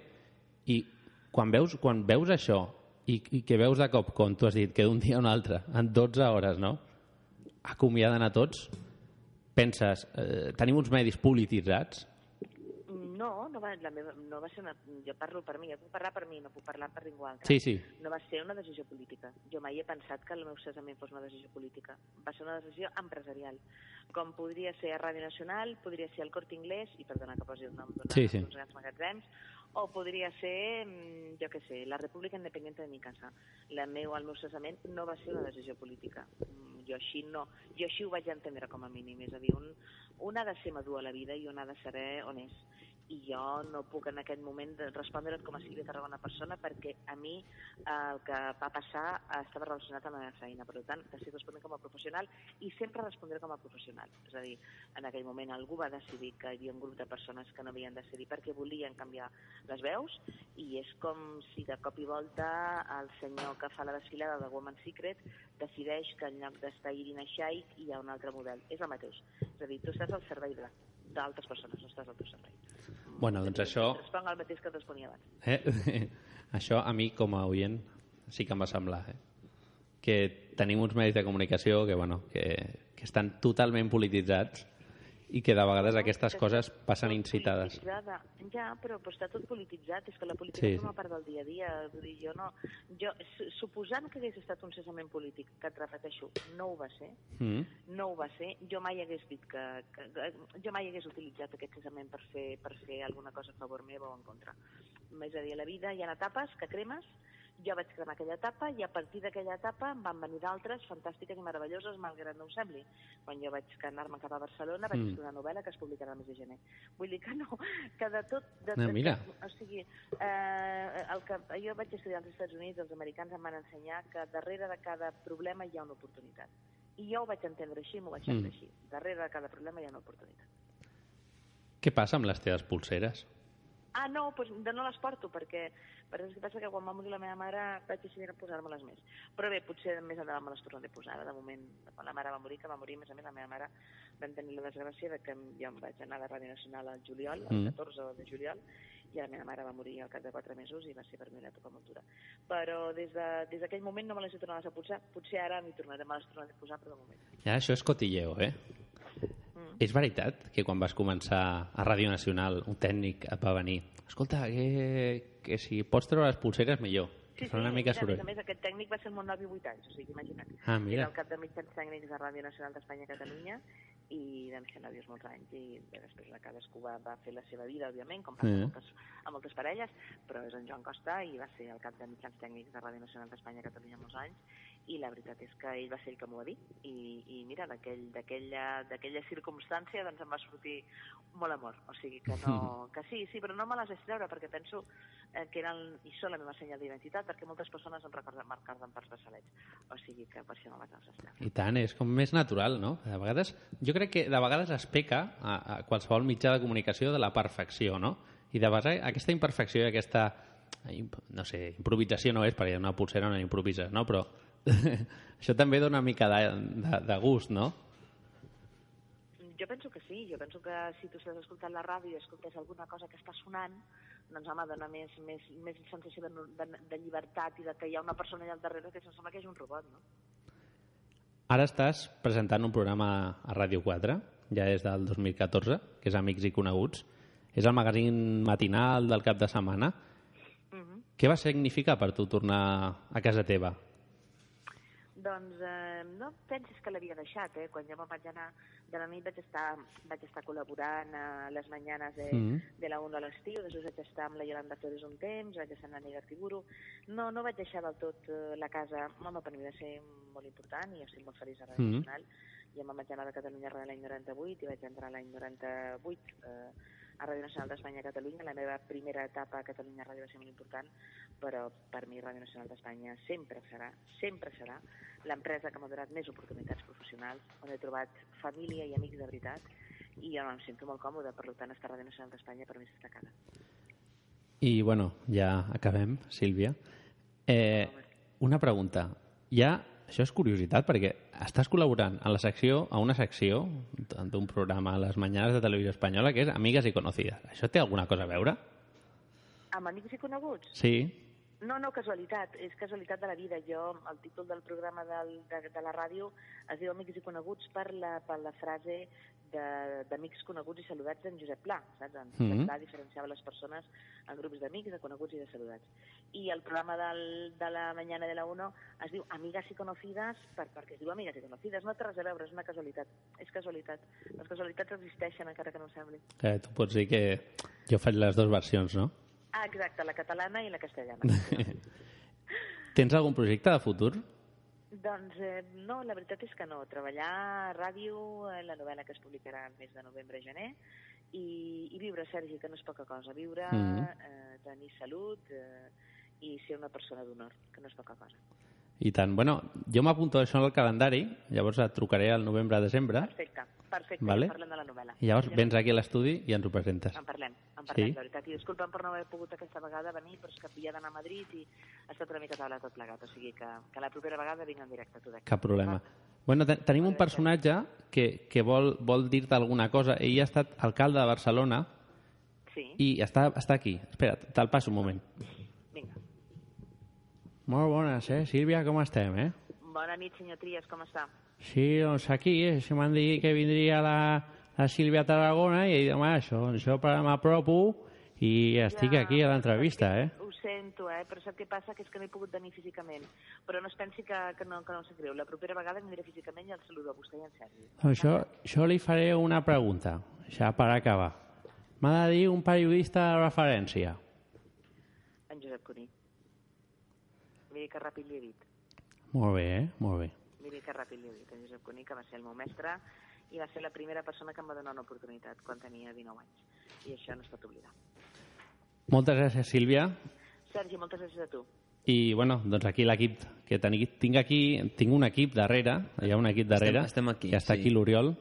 i quan veus, quan veus això i, i que veus de cop, com tu has dit que d'un dia a un altre, en 12 hores no? acomiaden a tots penses, eh, tenim uns medis polititzats
Mm, No, no va, la meva, no va ser una... Jo parlo per mi, jo puc parlar per mi, no puc parlar per ningú altre.
Sí, sí.
No va ser una decisió política. Jo mai he pensat que el meu cessament fos una decisió política. Va ser una decisió empresarial. Com podria ser a Ràdio Nacional, podria ser al Corte Inglés, i perdona que posi el nom d'una-
Sí, sí.
d'uns grans magatzems, o podria ser, mm, jo què sé, la República Independiente de mi casa. La meu, el meu cessament no va ser una decisió política. Mm, Jo així no. Jo així ho vaig entendre com a mínim. És a dir, un, un ha de ser madur a la vida i un ha de saber on és i jo no puc en aquest moment de- respondre't com a Sílvia Tarragona persona perquè a mi eh, el que va passar eh, estava relacionat amb la meva feina. Per tant, t'estic responent com a professional i sempre respondré com a professional. És a dir, en aquell moment algú va decidir que hi havia un grup de persones que no havien de decidir perquè volien canviar les veus i és com si de cop i volta el senyor que fa la desfilada de Woman's Secret decideix que en lloc d'estar Irina Shayk hi ha un altre model. És el mateix. És a dir, tu estàs al servei de- d'altres persones, no estàs al teu servei.
bueno, doncs això
Responc el mateix que et responia abans.
Eh? (laughs) Això a mi, com a oient, sí que em va semblar. Eh? Que tenim uns medis de comunicació que, bueno, que, que estan totalment polititzats i que de vegades aquestes coses passen incitades.
Polititzada. Ja, però, però està tot polititzat, és que la política
Sí, sí.
sí. forma part del dia a dia. Vull dir, jo no, jo, su- suposant que hagués estat un cessament polític, que et repeteixo, no ho va ser,
Mm.
no ho va ser, jo mai hagués dit que, que, que jo mai hagués utilitzat aquest cessament per fer, per fer alguna cosa a favor meu o en contra. És a dir, a la vida hi ha etapes que cremes, jo vaig cremar aquella etapa i a partir d'aquella etapa en van venir d'altres fantàstiques i meravelloses, malgrat no ho sembli. Quan jo vaig anar-me cap a Barcelona vaig
Mm.
escriure una novel·la que es publicarà el mes de gener. Vull dir que no, que de tot... De,
Ah,
de,
mira.
o sigui, eh, el que, jo vaig estudiar als Estats Units, els americans em van ensenyar que darrere de cada problema hi ha una oportunitat. I jo ho vaig entendre així, m'ho vaig
Mm.
entendre així. Darrere de cada problema hi ha una oportunitat.
Què passa amb les teves pulseres?
Ah, no, doncs de no les porto, perquè, perquè és que passa que quan va morir la meva mare vaig decidir no posar-me-les més. Però bé, potser més endavant me les tornaré a posar. Ara, De moment, quan la mare va morir, que va morir, a més a més, la meva mare vam tenir la desgràcia de que jo em vaig anar de Ràdio Nacional al juliol, el
Mm.
14 de juliol, i la meva mare va morir al cap de 4 mesos i va ser per mi una toca molt dura. Però des de- des d'aquell moment no me les he tornades a posar. Potser ara m'hi tornaré, me les tornaré a posar, però de moment.
Ara això és cotilleo, eh?
Mm.
És veritat que quan vas començar a Ràdio Nacional un tècnic et va venir escolta, que, que si pots treure les pulseres millor, que fan una mica
mira,
soroll.
A més, a més, aquest tècnic va ser el meu nòvio 8 anys, o sigui, imagina't.
Ah, mira.
Era el cap de mitjans tècnics de Ràdio Nacional d'Espanya a Catalunya i vam ser nòvios molts anys i bé, després la cadascú va, va fer la seva vida, òbviament, com passa
Sí.
a, moltes, a moltes parelles, però és en Joan Costa i va ser el cap de mitjans tècnics de Ràdio Nacional d'Espanya a Catalunya molts anys i la veritat és que ell va ser el que m'ho va dir i, i mira, d'aquell- d'aquella d'aquella circumstància doncs em va sortir molt amor, o sigui que no, que sí, sí, però no me les vaig treure perquè penso eh, que eren i són la meva senyal d'identitat perquè moltes persones em recorden marcar-me pels braçalets, o sigui que per això me les vaig treure.
I tant, és com més natural, no? De vegades, jo crec que de vegades es peca a, a qualsevol mitjà de comunicació de la perfecció, no? I de vegades aquesta imperfecció i aquesta, imp- no sé, improvisació no és, perquè una pulsera no improvises, no? Però (laughs) això també dona una mica de, de, de gust, no?
Jo penso que sí, jo penso que si tu estàs escoltant la ràdio i escoltes alguna cosa que està sonant, doncs home, dona més, més, més sensació de, no- de, de llibertat i de que hi ha una persona allà al darrere que se'n sembla que és un robot, no?
Ara estàs presentant un programa a Ràdio 4, ja des del 2014, que és Amics i Coneguts. És el magazín matinal del cap de setmana. Què va significar per tu tornar a casa teva?
Doncs eh, no pensis que l'havia deixat, eh? Quan jo me'n vaig anar de la nit vaig estar, vaig estar col·laborant a les mañanes de,
Mm.
Mhm.
de la 1 a l'estiu, després vaig estar amb la Yolanda Flores un temps, vaig estar amb la Neida Tiburu. No, no vaig deixar del tot eh, la casa. Home, per mi va ser molt important i estic molt feliç a Ràdio
Mhm.
Nacional. Jo me'n vaig anar de Catalunya a l'any 98 i vaig entrar l'any 98 eh, a Ràdio Nacional d'Espanya a Catalunya. La meva primera etapa a Catalunya Ràdio va ser molt important, però per mi Ràdio Nacional d'Espanya sempre serà, sempre serà l'empresa que m'ha donat més oportunitats professionals, on he trobat família i amics de veritat, i on em sento molt còmode, per tant, estar a Ràdio Nacional d'Espanya per mi és destacada.
I, bueno, ja acabem, Sílvia. Eh, una pregunta. Ja, això és curiositat, perquè estàs col·laborant a la secció, a una secció d'un programa a les mañanes de televisió espanyola que és Amigues i Conocides. Això té alguna cosa a veure?
Amb amics i coneguts?
Sí.
No, no, casualitat, és casualitat de la vida. Jo, el títol del programa del, de, de la ràdio es diu Amics i Coneguts per la, per la frase de- d'amics coneguts i saludats d'en Josep Pla, saps? En Josep
Mhm.
Pla diferenciava les persones en grups d'amics, de coneguts i de saludats. I el programa del, de la mañana de la 1 es diu Amigas i Conocides per, perquè es diu Amigas i Conocides. No té res a veure, és una casualitat. És casualitat. Les casualitats existeixen, encara que no ho sembli.
Eh, tu pots dir que jo faig les dues versions, no?
Ah, exacte, la catalana i la castellana.
Tens algun projecte de futur?
Doncs eh, no, la veritat és que no. Treballar a ràdio, eh, la novel·la que es publicarà el mes de novembre-gener, i, i viure, Sergi, que no és poca cosa. Viure,
Mhm.
eh, tenir salut eh, i ser una persona d'honor, que no és poca cosa.
I tant. Bueno, jo m'apunto això en el calendari, llavors et trucaré al novembre-desembre.
Perfecte, perfecte,
Vale.
ja parlem de la novel·la.
I llavors
Ja
vens aquí a l'estudi i ens ho presentes.
En parlem, en parlem,
Sí?
la veritat. I disculpem per no haver pogut aquesta vegada venir, però és que havia d'anar a Madrid i ha estat una mica taula tot plegat. O sigui que, que la propera vegada vinc en directe a tu d'aquí.
Cap problema. Bueno, te tenim un personatge que, que vol, vol dir-te alguna cosa. Ell ha estat alcalde de Barcelona
Sí,
i està, està aquí. Espera, te'l passo un moment.
vinga.
Molt bones, eh? Sílvia, com estem, eh?
Bona nit, senyor Trias, com està?
Sí, doncs aquí, eh, si m'han dit que vindria la, la Sílvia a Tarragona i he dit, home, això, això per- m'apropo i estic aquí a l'entrevista, eh?
Ho sento, eh? però sap què passa? Que és que no he pogut venir físicament. Però no es pensi que, que, no, que no em sap greu. La propera vegada vindré físicament i el saludo a vostè i en Sergi.
Doncs jo, jo li faré una pregunta, ja per acabar. M'ha de dir un periodista de referència.
En Josep Cuní. Miri que ràpid li he dit.
Molt bé, eh? Molt bé.
Miri que ràpid li he dit. En Josep Cuní, que va ser el meu mestre i va ser la primera persona que em va donar una oportunitat quan tenia 19 anys. I això no es pot oblidar.
Moltes gràcies, Sílvia.
Sergi, moltes gràcies a tu.
I, bueno, doncs aquí l'equip que teni- tinc aquí, tinc un equip darrere, hi ha un equip darrere.
estem aquí,
I està
sí.
aquí l'Oriol.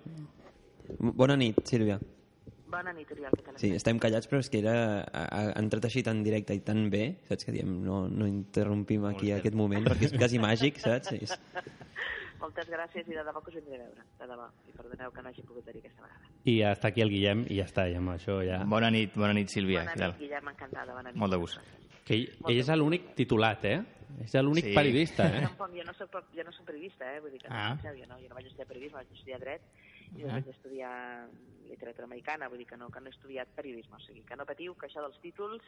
Bona nit, Sílvia.
Bona editorial catalana.
Sí, estem callats, però és que era, ha, ha entrat així tan directe i tan bé, saps que diem, no, no interrompim aquí aquest moment, perquè és quasi màgic, saps? És...
Moltes gràcies i de debò que us vindré a veure, de debò. I perdoneu que no hagi pogut venir aquesta vegada.
I ja està aquí el Guillem i ja està, ja amb això
Ah.
ja...
Bona nit, bona nit, Sílvia.
Bona nit, Guillem, encantada, bona nit.
Molt de gust.
Que ell, ell és l'únic titulat, eh? És l'únic
Sí.
periodista,
(laughs)
eh?
Tampoc, jo no soc, jo no soc periodista, eh? Vull dir que
Ah.
ah. no, jo no, jo no vaig estudiar periodisme, vaig estudiar dret i
Ah.
després vaig estudiar literatura americana, vull dir que no, que no he estudiat periodisme, o sigui, que no patiu, que això dels títols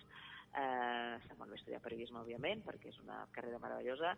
eh, està molt bé estudiar periodisme, òbviament, perquè és una carrera meravellosa,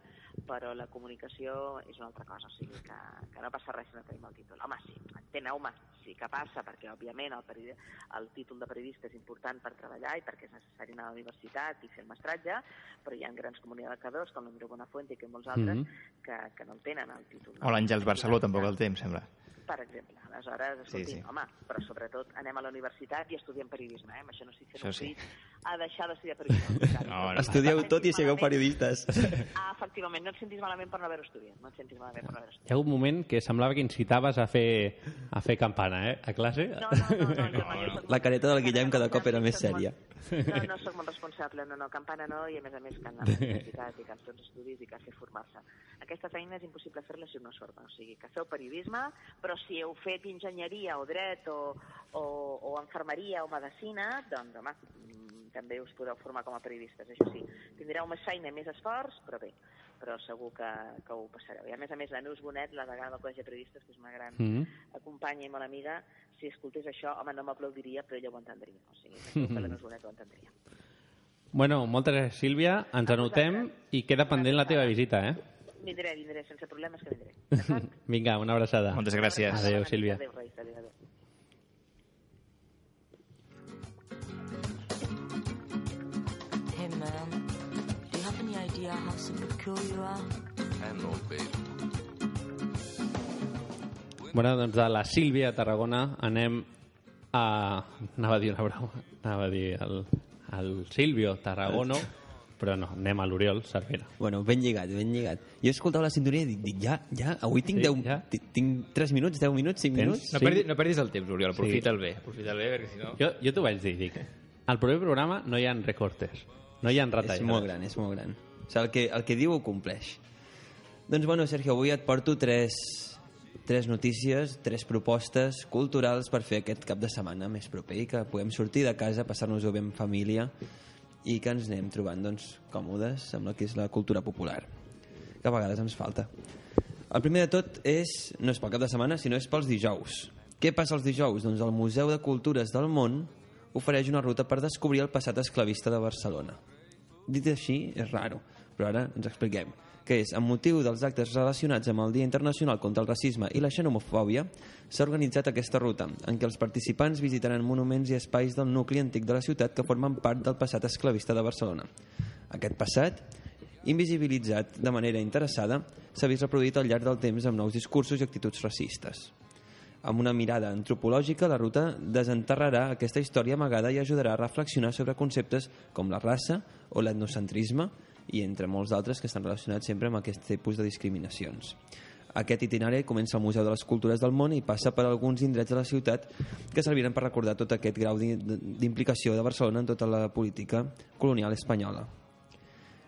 però la comunicació és una altra cosa, o sigui, que, que no passa res si no tenim el títol. Home, sí, enteneu, home, sí que passa, perquè, òbviament, el, peri el títol de periodista és important per treballar i perquè és necessari anar a la universitat i fer el mestratge, però hi ha grans comunicadors, com l'Andreu Bonafuente i que molts altres,
Mhm.
que, que no el tenen, el títol.
O l'Àngels Barceló tampoc el té, em sembla.
Per exemple, aleshores, escolti,
Sí,
sí,
sí.
sí. home, però sobretot anem a la universitat i estudiem periodisme, eh? Amb això no estic fent
Això
un
sí.
crit a deixar d'estudiar periodisme.
(laughs) No, no.
(laughs) Estudieu tot i sigueu periodistes. (laughs)
Ah, efectivament, no et sentis malament per no haver-ho estudiat, no et sentis malament per no haver-ho estudiat.
Hi ha un moment que semblava que incitaves a fer, a fer campana, eh? A classe.
No, no, no, no, jo no,
La careta del Guillem cada cop era més sèria.
No, no sóc molt responsable, no, no, campana no, i a més a més que anar a la universitat i que fer uns estudis i que fer formar-se. Aquesta feina és impossible fer-la si un no es forma, o sigui, que feu periodisme, però si heu fet enginyeria o dret o, o, o enfermeria o medicina, doncs, home, mm, també us podeu formar com a periodistes, això sí. Tindreu més feina i més esforç, però bé, però segur que, que ho passareu. I a més a més, la Neus Bonet, la degana del Col·legi de Periodistes, que és una gran
Mm.
Mhm.
companya i molt amiga, si escoltés això, home, no m'aplaudiria, però ella ho entendria. O
(laughs)
sigui, que segur que la Neus Bonet ho entendria.
Bueno, moltes gràcies, Sílvia. Ens anotem i queda pendent la teva visita, eh?
Vindré, vindré, sense problemes que
(laughs)
vindré.
Vinga, una abraçada.
Moltes gràcies.
Adéu, Sílvia.
Adéu, Reis, adéu, adéu.
Hey man, do you have any idea how super cool you are?
And old babe.
Bueno, doncs de la Sílvia a Tarragona anem a... Anava a dir una broma. Anava a dir el, el Silvio Tarragono, però no, anem a l'Oriol Cervera.
Bueno, ben lligat, ben lligat. Jo he escoltat la sintonia i dic, dic ja, ja, avui tinc,
Sí,
10, ti- tinc 3 minuts, 10 minuts, 5 minuts.
No, perdi, no perdis el temps, Oriol, aprofita'l bé. Aprofita'l bé, perquè si no...
Jo, jo t'ho vaig dir, dic. Al proper programa no hi ha recortes, no hi ha retallades.
És molt gran, és molt gran. O sigui, el que, el que diu ho compleix. Doncs bueno, Sergio, avui et porto tres, tres notícies, tres propostes culturals per fer aquest cap de setmana més proper i que puguem sortir de casa, passar-nos-ho bé en família i que ens anem trobant doncs, còmodes amb el que és la cultura popular, que a vegades ens falta. El primer de tot és, no és pel cap de setmana, sinó és pels dijous. Què passa els dijous? Doncs el Museu de Cultures del Món ofereix una ruta per descobrir el passat esclavista de Barcelona. Dit així, és raro, però ara ens expliquem que és, amb motiu dels actes relacionats amb el Dia Internacional contra el Racisme i la Xenomofòbia, s'ha organitzat aquesta ruta, en què els participants visitaran monuments i espais del nucli antic de la ciutat que formen part del passat esclavista de Barcelona. Aquest passat, invisibilitzat de manera interessada, s'ha vist reproduït al llarg del temps amb nous discursos i actituds racistes. Amb una mirada antropològica, la ruta desenterrarà aquesta història amagada i ajudarà a reflexionar sobre conceptes com la raça o l'etnocentrisme i entre molts d'altres que estan relacionats sempre amb aquest tipus de discriminacions. Aquest itinerari comença al Museu de les Cultures del Món i passa per alguns indrets de la ciutat que serviran per recordar tot aquest grau d'im- d'implicació de Barcelona en tota la política colonial espanyola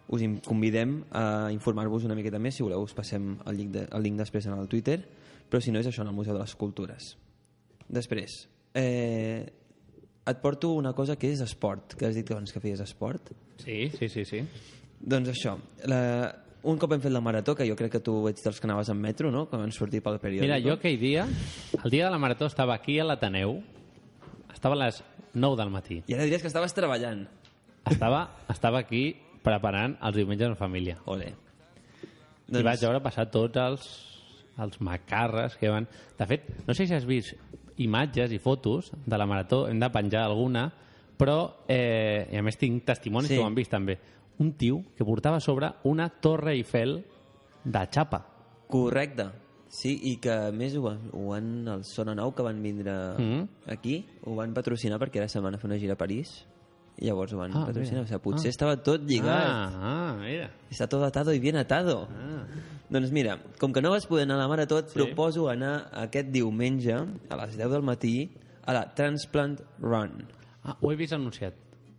us in- convidem a informar-vos una miqueta més. Si voleu, us passem el link, de, el link després en el Twitter. Però si no, és això, en el Museu de les Cultures. Després, eh, et porto una cosa que és esport, que has dit abans que feies esport.
Sí, sí, sí, sí.
Doncs això, la, un cop hem fet la marató, que jo crec que tu ets dels que anaves en metro, no?, que van sortir pel periòdico.
Mira, jo aquell dia, el dia de la marató estava aquí a l'Ateneu, estava a les 9 del matí.
I ara diries que estaves treballant.
Estava, estava aquí preparant els diumenges en família.
Ole.
Doncs... I vaig veure passar tots els, els macarres que van... De fet, no sé si has vist imatges i fotos de la marató, hem de penjar alguna, però, eh, i a més tinc testimonis
Sí.
que ho han vist també, un tio que portava a sobre una torre Eiffel de xapa.
Correcte. Sí, i que a més ho, van, ho han, el Sona Nou que van vindre
Mhm.
aquí, ho van patrocinar perquè ara se'n van a fer una gira a París i llavors ho van
Ah, mira.
patrocinar. O sigui, potser
Ah.
estava tot lligat.
Ah, ah, mira.
Està tot atado i bien atado.
Ah.
Doncs mira, com que no vas poder anar a la marató, et
Sí.
proposo anar aquest diumenge a les 10 del matí a la Transplant Run.
Ah, ho he vist anunciat.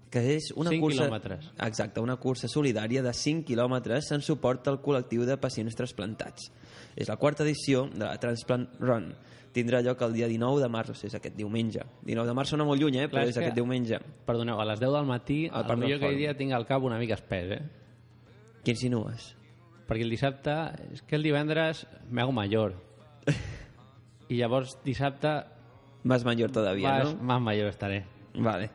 Que és una
Cinc
cursa...
quilòmetres.
Exacte, una cursa solidària de 5 quilòmetres en suport al col·lectiu de pacients transplantats. És la quarta edició de la Transplant Run. Tindrà lloc el dia 19 de març, o sigui, és aquest diumenge. 19 de març sona molt lluny, eh? però
Clar, és
és aquest
que-
diumenge.
Perdoneu, a les 10 del matí,
Al
el
Parc del
millor que
Fòrum.
dia tinc el cap una mica espès, eh?
Què insinues?
Perquè el dissabte... És que el divendres me hago
(laughs)
mayor. I llavors dissabte...
Vas mayor todavía,
vas,
no?
Más mayor estaré.
Vale.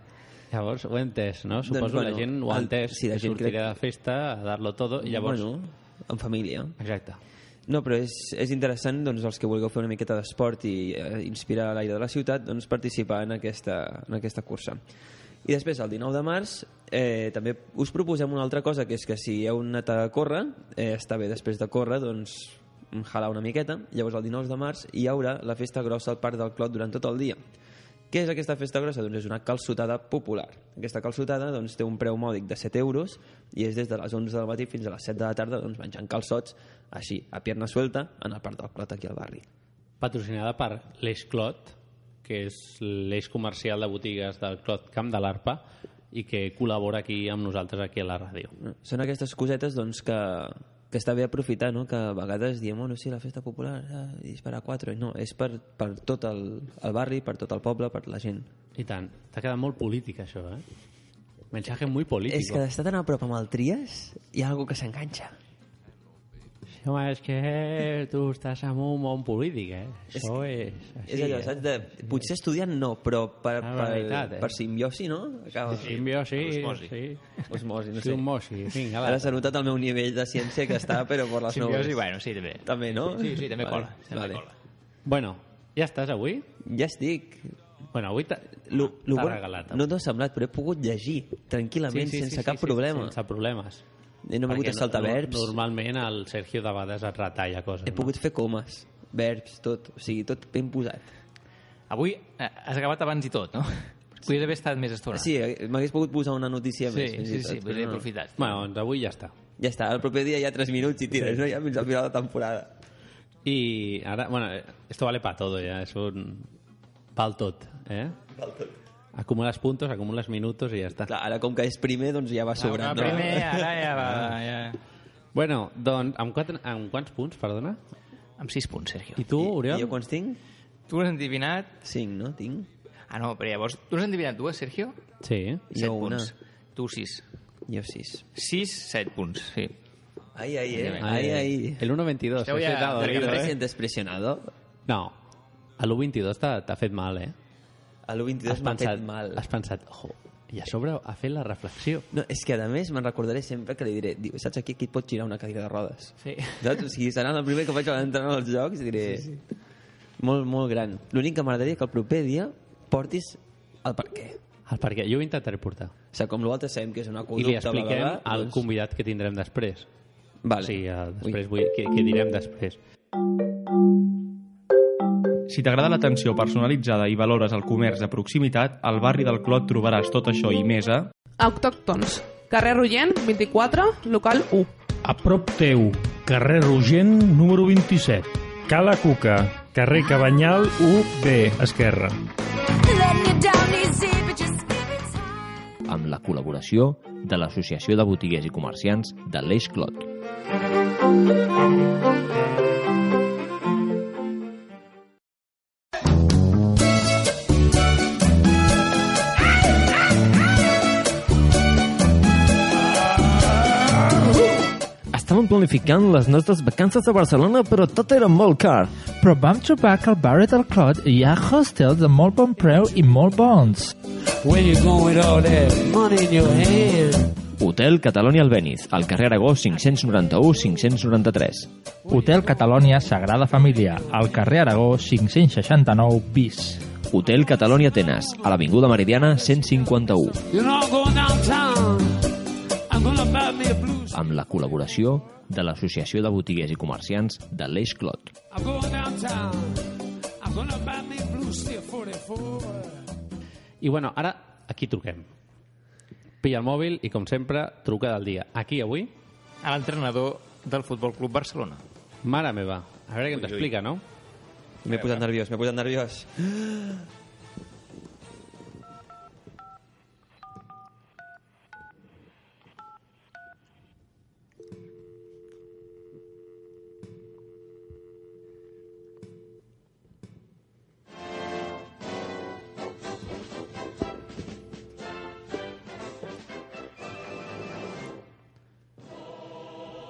Llavors, ho he entès, no? Suposo que la
Doncs bueno,
gent ho ha
el-
entès.
sí, la gent
sortiré
crec-
de festa a dar-lo todo i llavors...
Bueno, en família.
Exacte.
No, però és, és interessant, doncs, els que vulgueu fer una miqueta d'esport i eh, inspirar l'aire de la ciutat, doncs, participar en aquesta, en aquesta cursa. I després, el 19 de març, eh, també us proposem una altra cosa, que és que si heu anat a córrer, eh, està bé després de córrer, doncs, jalar una miqueta. Llavors, el 19 de març hi haurà la festa grossa al Parc del Clot durant tot el dia. Què és aquesta festa grossa? Doncs és una calçotada popular. Aquesta calçotada doncs, té un preu mòdic de 7 euros i és des de les 11 del matí fins a les 7 de la tarda doncs, menjant calçots així, a pierna suelta, en el parc del Clot aquí al barri. Eh,
patrocinada per l'Eix Clot, que és l'eix comercial de botigues del Clot Camp de l'Arpa i que col·labora aquí amb nosaltres aquí a la ràdio.
Són aquestes cosetes doncs, que, que està bé aprofitar, no? que a vegades diem, bueno, sí, la festa popular eh, és per a 4, no, és per, per tot el, el barri, per tot el poble, per la gent.
I tant, t'ha quedat molt polític això, eh? Mensaje muy político.
És que d'estar tan a prop amb el Tries hi ha algú que s'enganxa.
Home, és que tu estàs en un món polític, eh? Això és... eh?
és allò, saps? De, potser estudiant no, però per,
Ah,
per,
veritat, eh?
per simbiosi, no? Acaba.
Simbiosi,
Osmosi.
sí.
Osmosi, no
Sí,
sé.
osmosi, vinga, va.
Ara s'ha notat el meu nivell de ciència que està, però per les
Simbiosi,
nubes.
bueno, sí, també.
També, no?
Sí, sí, també
vale.
cola, també
vale.
cola.
Bueno, ja estàs avui?
Ja estic.
Bueno, avui t'ha
Lo, lo
t'ha
bon,
regalat.
no t'ho ha semblat, però he pogut llegir tranquil·lament, sense cap problema.
Sense problemes.
Eh, no m'he hagut
Perquè
de saltar
no-
verbs.
Normalment el Sergio de vegades et retalla coses.
He pogut fer comes, verbs, tot. O sigui, tot ben posat.
Avui eh, has acabat abans i tot, no? Podries haver estat més estona.
Sí, eh, m'hagués pogut posar una notícia
Sí,
més. fins i
sí, sí,
tot,
podria
però
haver
no.
aprofitat.
Bueno, doncs avui ja està.
Ja està, el proper dia hi ha 3 minuts i tires, no? Ja fins al final de temporada.
I ara, bueno, eh, esto vale para todo ya, es un... Val tot, eh?
Val tot.
Acumulas puntos, acumulas minutos i ja està.
Clar, ara com que és primer, doncs ja va sobrant. no?
Ah, Primer, ara ja va... Ja...
Bueno, doncs, amb, quatre, amb quants punts, perdona?
Amb sis punts, Sergio.
I tu, Oriol?
I jo quants tinc?
Tu has endivinat...
5, no? Tinc?
Ah, no, però llavors... Tu has endivinat dues, Sergio?
Sí.
Jo
Set
una.
punts. Tu sis.
Jo 6.
Sis, set punts, sí.
Ai, ai, eh?
Ai,
Ai, ai.
El 1.22.
Esteu
has
ja
fet
¿Pero
adolorido,
que te
eh?
sientes presionado?
No, a l'1.22 t'ha t'ha fet mal, eh?
A l'1.22 m'ha fet mal.
Has pensat, ojo, i a sobre ha fet la reflexió.
No, és que a més me'n recordaré sempre que li diré diu, saps aquí, aquí et pot girar una cadira de rodes
Sí.
saps? O sigui, serà el primer que faig a l'entrar als jocs i diré sí, sí. molt, molt gran l'únic que m'agradaria que el proper dia portis el per què
El
o
Ah, perquè jo ho intentaré portar.
sigui, com l'altre sabem que és una
I
conducta
li expliquem
bla, bla, bla,
al convidat que tindrem després.
vale.
Sí, el, després vull, que, que direm després.
Si t'agrada l'atenció personalitzada i valores el comerç de proximitat, al barri del Clot trobaràs tot això i més a...
Autòctons. Carrer Rogent, 24, local 1.
A prop teu, carrer Rogent, número 27. Cala Cuca, carrer Cabanyal 1B, esquerra.
amb la col·laboració de l'Associació de Botiguers i Comerciants de l'Eix Clot.
Estàvem planificant les nostres vacances a Barcelona, però tot era molt car.
Però vam trobar que al barri del Clot hi ha hostels de molt bon preu i molt bons.
Where you going with all that money in your hand?
Hotel Catalonia Albéniz, al carrer Aragó 591-593.
Hotel Catalònia Sagrada Família, al carrer Aragó 569 bis.
Hotel Catalonia Atenas, a l'Avinguda Meridiana 151,
You know I'm going downtown. I'm gonna buy me a blue.
amb la col·laboració de l'Associació de Botiguers i Comerciants de l'Eix Clot.
I'm going downtown. I'm gonna buy me a blue steel 44.
I bueno, ara aquí truquem. Pilla el mòbil i, com sempre, truca del dia. Aquí avui...
A l'entrenador del Futbol Club Barcelona.
Mare meva. A veure què ens explica, no?
M'he posat nerviós, m'he posat nerviós.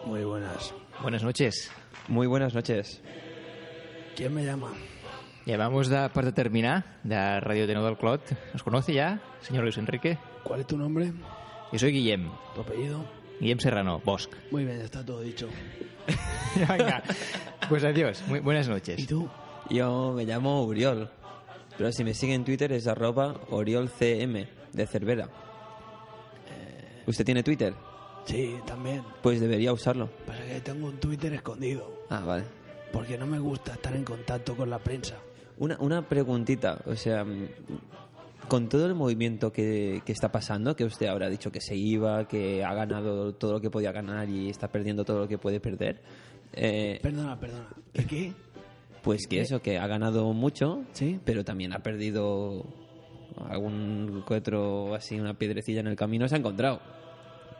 Muy buenas.
Buenas noches.
Muy buenas noches.
¿Quién me llama?
Llevamos de, por determinar de Radio Tenor del Clot. ¿Nos conoce ya, señor Luis Enrique?
¿Cuál es tu nombre?
Yo soy Guillem.
¿Tu apellido?
Guillem Serrano, Bosch.
Muy bien, está todo dicho.
(laughs) Venga, pues adiós. Muy buenas noches.
¿Y tú?
Yo me llamo Uriol, pero si me siguen en Twitter es arroba oriolcm de Cervera. Eh, ¿Usted tiene Twitter?
Sí, también.
Pues debería usarlo.
Pasa que tengo un Twitter escondido,
Ah, vale.
porque no me gusta estar en contacto con la prensa.
Una, una preguntita, o sea, mm, con todo el movimiento que, que está pasando, que usted habrá dicho que se iba, que ha ganado todo lo que podía ganar y está perdiendo todo lo que puede perder, eh,
Perdona, perdona. ¿Y qué?
pues que eso, que ha ganado mucho, pero también ha perdido algún que otro, así, una piedrecilla en el camino, se ha encontrado.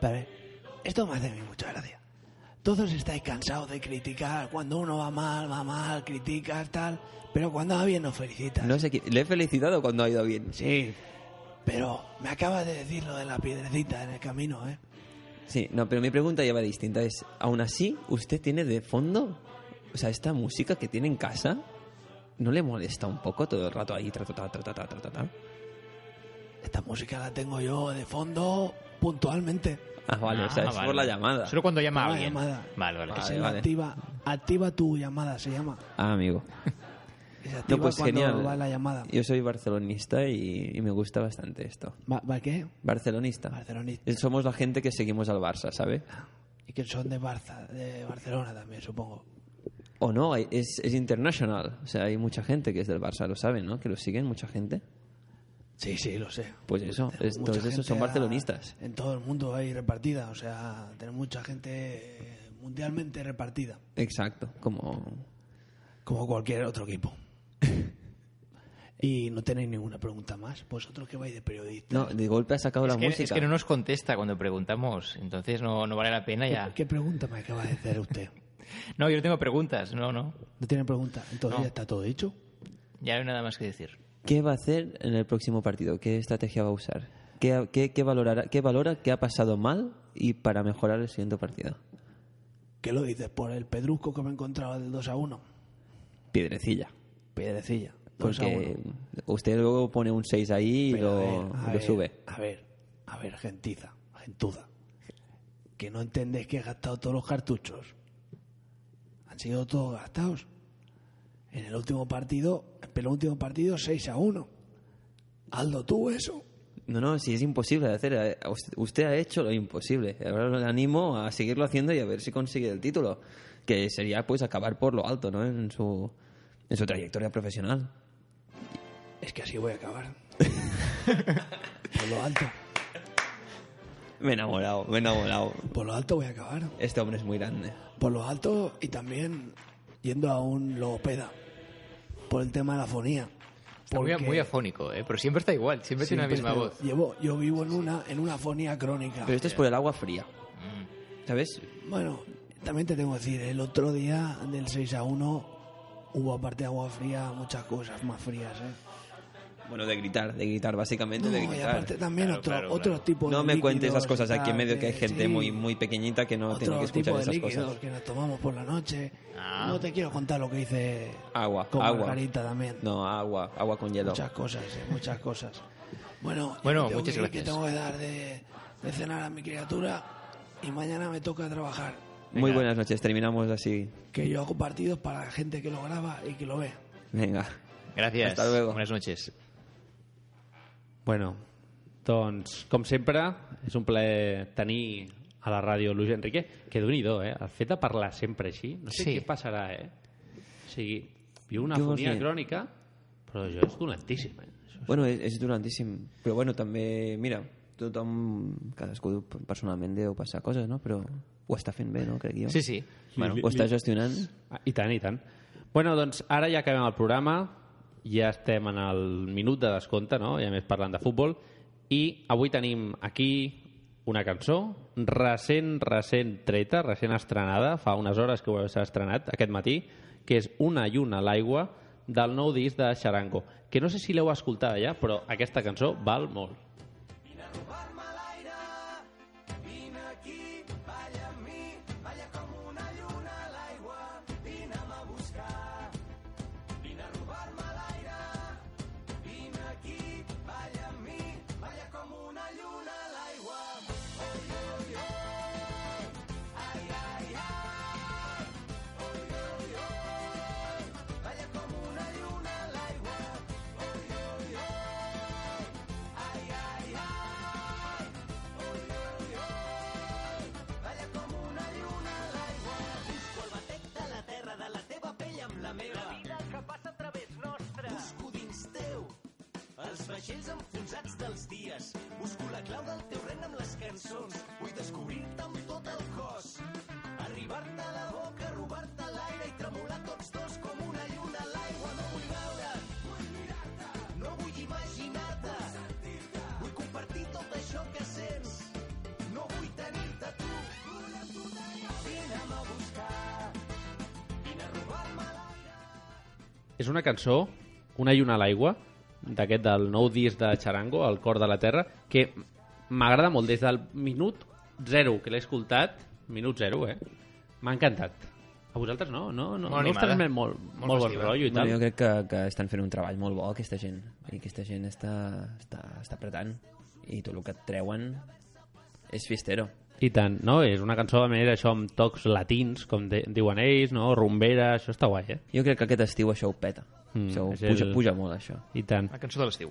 Vale. Esto me hace a mí mucha gracia. Todos estáis cansados de criticar. Cuando uno va mal, va mal, criticas, tal. Pero cuando va bien, nos felicitas.
No sé, qui- le he felicitado cuando ha ido bien.
Sí. Pero me acabas de decir lo de la piedrecita en el camino, ¿eh?
Sí, no, pero mi pregunta ya va distinta. Es, aún así, ¿usted tiene de fondo, o sea, esta música que tiene en casa, no le molesta un poco todo el rato ahí, tra, ta, ta, tra, ta, ta, tra, ta, ta?
Esta música la tengo yo de fondo puntualmente.
Ah, vale, o sea,
Ah,
es
vale.
por la llamada.
Solo cuando llama a
Por la
alguien.
llamada.
Vale, vale.
Es
Vale,
el
vale.
Activa,
Ah,
activa tu llamada, se llama.
Ah, amigo.
Y (laughs) se activa
No, pues
cuando
genial.
va la llamada.
Yo soy barcelonista y, y me gusta bastante esto.
¿Va, va qué?
Barcelonista.
Barcelonista.
Eh, Somos la gente que seguimos al Barça, ¿sabe?
Y que son de, Barça, de Barcelona también, supongo.
O no, hay- es, es internacional. O sea, hay mucha gente que es del Barça, lo saben, ¿no? Que lo siguen, mucha gente.
Sí, sí, lo sé.
Pues eso, es-
Mucha
todos esos
gente
son
a-
barcelonistas.
En todo el mundo hay repartida, o sea, tenemos mucha gente eh, mundialmente repartida,
Exacto, como
como cualquier otro
(laughs)
equipo. y no tenéis ninguna pregunta más. Vosotros que vais de periodista.
No, de golpe ha sacado
Es
la
que,
música.
es que no nos contesta cuando preguntamos, entonces no, no vale la pena
¿Qué-
ya.
¿Qué pregunta me acaba de hacer usted?
No, yo no tengo preguntas, no, no.
No tiene pregunta. Entonces
No.
ya está todo dicho.
Ya no hay nada más que decir.
¿Qué va a hacer en el próximo partido? ¿Qué estrategia va a usar? ¿Qué, qué, qué valorará, ¿Qué valora que ha pasado mal y para mejorar el siguiente partido?
¿Qué lo dices? Por el pedrusco que me he encontrado del 2 a 1.
Piedrecilla.
Piedrecilla.
Pues
2 a 1.
Porque usted luego pone un 6 ahí y
Pero
eh,
a
lo,
ver, a
lo
ver,
sube.
A ver, a ver, gentiza, gentuza. Que no entendéis que he gastado todos los cartuchos. Han sido todos gastados. En el último partido, en el último partido, 6 a 1. Aldo, tú eso.
No, no, si es imposible de hacer. eh, us- Usted ha hecho lo imposible. Ahora le animo a seguirlo haciendo y a ver si consigue el título. Que sería pues acabar por lo alto, ¿no? En su, en su trayectoria profesional.
Es que así voy a
(laughs)
acabar. Por lo alto,
Me he enamorado, me he enamorado.
por lo alto voy a acabar.
Este hombre es muy grande.
Por lo alto y también yendo a un logopeda. Por el tema de la fonía.
Está muy,
Porque
muy afónico, ¿eh? pero siempre está igual, siempre, tiene la
siempre
misma
te-
voz.
Llevo, yo vivo en una, en una fonía crónica.
Pero esto es por el agua fría. ¿Sabes?
Bueno, también te tengo que decir, el otro día del 6 a 1 hubo aparte de agua fría muchas cosas más frías, ¿eh?
Bueno, de gritar, de gritar, básicamente de
No, y
gritar.
aparte también
Claro,
otro,
claro,
otro
claro.
tipo de
No me cuente
líquidos,
esas cosas aquí en
tal,
medio, que hay gente
sí,
muy, muy pequeñita que no tiene
otro
que escuchar
tipo de
esas
líquidos
cosas. Ah.
que nos tomamos por la noche. No te quiero contar lo que hice
Agua,
con
agua.
Margarita también.
No, agua, agua con hielo.
Muchas cosas, eh, muchas cosas. Bueno,
Bueno,
yo me tengo
muchas
que ir, que
gracias.
tengo que dar de, de cenar a mi criatura y mañana me toca trabajar.
Muy buenas noches, terminamos así.
Que yo hago partidos para la gente que lo graba y que lo ve.
Venga.
Gracias.
Hasta luego.
Buenas noches.
Bueno, doncs, com sempre, és un plaer tenir a la ràdio Luis Enrique, que d'un i do, eh? El fet de parlar sempre així, no sé
Sí.
sí. què passarà, eh? O sigui, viu una
Jo no
fonia
sé.
crònica, però jo és dolentíssim, eh?
Bueno, és, és dolentíssim. Però bueno, també, mira, tothom, cadascú personalment deu passar coses, no? Però ho està fent bé, no? Crec jo.
Sí, sí.
Bueno,
Li-
ho està
li-
gestionant.
Ah, I tant, i tant. Bueno, doncs ara ja acabem el programa, ja estem en el minut de descompte, no? I a més parlant de futbol. I avui tenim aquí una cançó recent, recent treta, recent estrenada, fa unes hores que ho s'ha estrenat aquest matí, que és Una lluna a l'aigua del nou disc de Xarango, que no sé si l'heu escoltada ja, però aquesta cançó val molt.
Vine aquí, balla amb mi, balla com
vaixells enfonsats dels dies. Busco la clau del teu ren amb les cançons. Vull descobrir-te amb tot el cos. Arribar-te a la boca, robar-te l'aire i tremolar tots dos com una lluna a l'aigua. No vull veure't. Vull mirar-te. No vull imaginar-te. Vull sentir-te. Vull compartir tot això que sents. No vull tenir-te a tu. Vine'm a buscar. Vine a robar-me
És una cançó, Una lluna a l'aigua, d'aquest del nou disc de Charango, El cor de la terra, que m'agrada molt des del minut zero que l'he escoltat, minut zero, eh? M'ha encantat. A vosaltres no? No, no, no us transmet molt, molt, bon rotllo i
Bueno,
tal.
jo crec que, que estan fent un treball molt bo, aquesta gent. I aquesta gent està, està, està apretant. I tot el que et treuen és fistero.
I tant, no? És una cançó de manera això amb tocs latins, com de, diuen ells, no? Rumbera, això està guai, eh?
Jo crec que aquest estiu això ho peta.
Mm,
això
és
ho puja,
el-
puja molt, això.
I tant.
La cançó de l'estiu.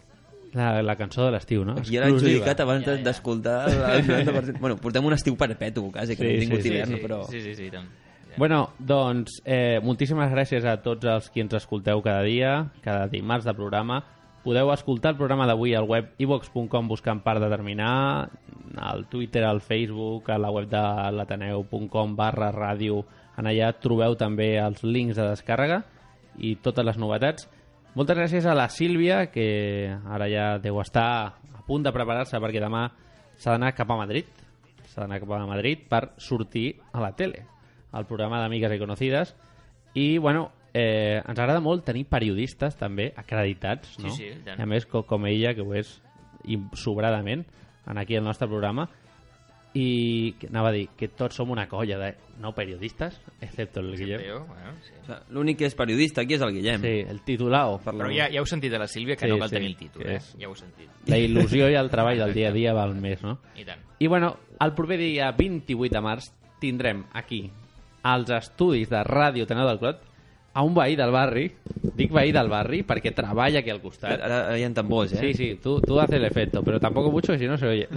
La, la cançó de l'estiu, no?
Jo l'he adjudicat abans ja, ja. d'escoltar
(laughs)
el 90%. bueno, portem un estiu perpetu, quasi, que
Sí,
sí, no hem tingut
sí,
sí,
sí,
hivern,
sí.
però...
Sí, sí, sí, i tant.
Bueno, doncs, eh, moltíssimes gràcies a tots els qui ens escolteu cada dia, cada dimarts de programa. Podeu escoltar el programa d'avui al web ivox.com buscant part determinar, al Twitter, al Facebook, a la web de l'ateneu.com barra ràdio. En allà trobeu també els links de descàrrega i totes les novetats. Moltes gràcies a la Sílvia, que ara ja deu estar a punt de preparar-se perquè demà s'ha d'anar cap a Madrid. S'ha d'anar cap a Madrid per sortir a la tele, al programa d'Amigues i Conocides. I, bueno, eh, ens agrada molt tenir periodistes també acreditats, no?
Sí, sí, i tant.
I a més, co com ella, que ho és i sobradament, en aquí al nostre programa. I que anava a dir que tots som una E colla de no periodistes, excepte el Guillem.
bueno, sí.
O sigui, L'únic que és periodista aquí és el Guillem.
Sí, Eh, el titulado.
Però ja, ja heu sentit de la Sílvia que
Sí,
no cal
sí,
tenir el títol,
que
eh?
és-
Ja ho heu sentit.
La il·lusió i el treball del dia a dia val més, no?
I tant.
I bueno, el proper dia 28 de març tindrem aquí, als estudis de Ràdio Teneu del Clot, a un veí del barri, dic veí del barri perquè treballa aquí al costat.
Ara, ara hi ha tambors, eh?
Sí, sí, tu, tu haces el efecto, pero tampoco mucho, si no se oye.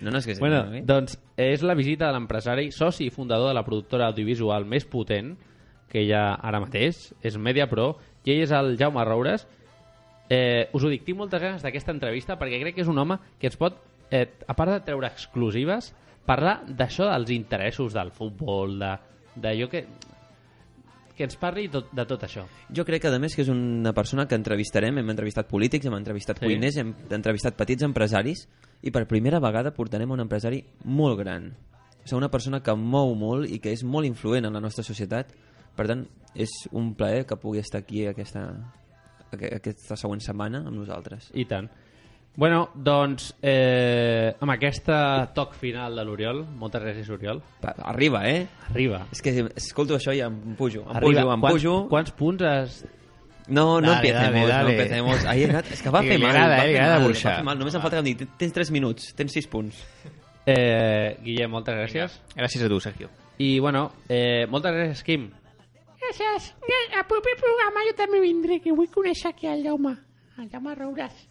No, no, és
(laughs)
que...
Bueno, doncs és la visita de l'empresari, soci i fundador de la productora audiovisual més potent que ja ara mateix, és Media Pro, i ell és el Jaume Roures. Eh, us ho dic, tinc moltes ganes d'aquesta entrevista perquè crec que és un home que ens pot, eh, a part de treure exclusives, parlar d'això dels interessos del futbol, de- d'allò que que ens parli tot, de tot això.
Jo crec que, a més, que és una persona que entrevistarem. Hem entrevistat polítics, hem entrevistat
Sí.
sí. cuiners, hem entrevistat petits empresaris i per primera vegada portarem un empresari molt gran. O sigui, una persona que mou molt i que és molt influent en la nostra societat. Per tant, és un plaer que pugui estar aquí aquesta, aqu- aquesta següent setmana amb nosaltres.
I tant. Bueno, doncs, eh, amb aquesta toc final de l'Oriol, moltes gràcies, Oriol.
Arriba, eh?
Arriba.
És que escolto això i em pujo, em
Arriba.
pujo, em
Quants-
pujo.
quants punts has...
No, no
Dale,
empecemos,
dale, dale.
no empecemos. Ahí he anat, és que va
Sí,
fer
li
mal,
agrada,
va
eh, li
fer
agrada
mal, va
burxar.
fer mal. Només em falta dir, tens 3 minuts, tens 6 punts.
Eh, Guillem, moltes gràcies.
Gràcies a tu, Sergio.
I, bueno, eh, moltes gràcies, Quim.
Gràcies. Eh, Al proper programa jo també vindré, que vull conèixer aquí el Jaume. El Jaume Roures.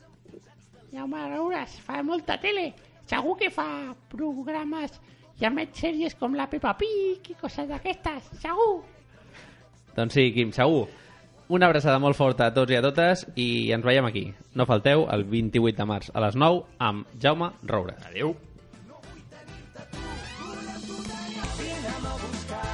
Jaume Roures fa molta tele. Segur que fa programes i emet sèries com la Peppa Pig i coses d'aquestes. Segur.
Doncs sí, Quim, segur. Una abraçada molt forta a tots i a totes i ens veiem aquí. No falteu el 28 de març a les 9 amb Jaume Roures.
Adéu.
Vine'm a buscar.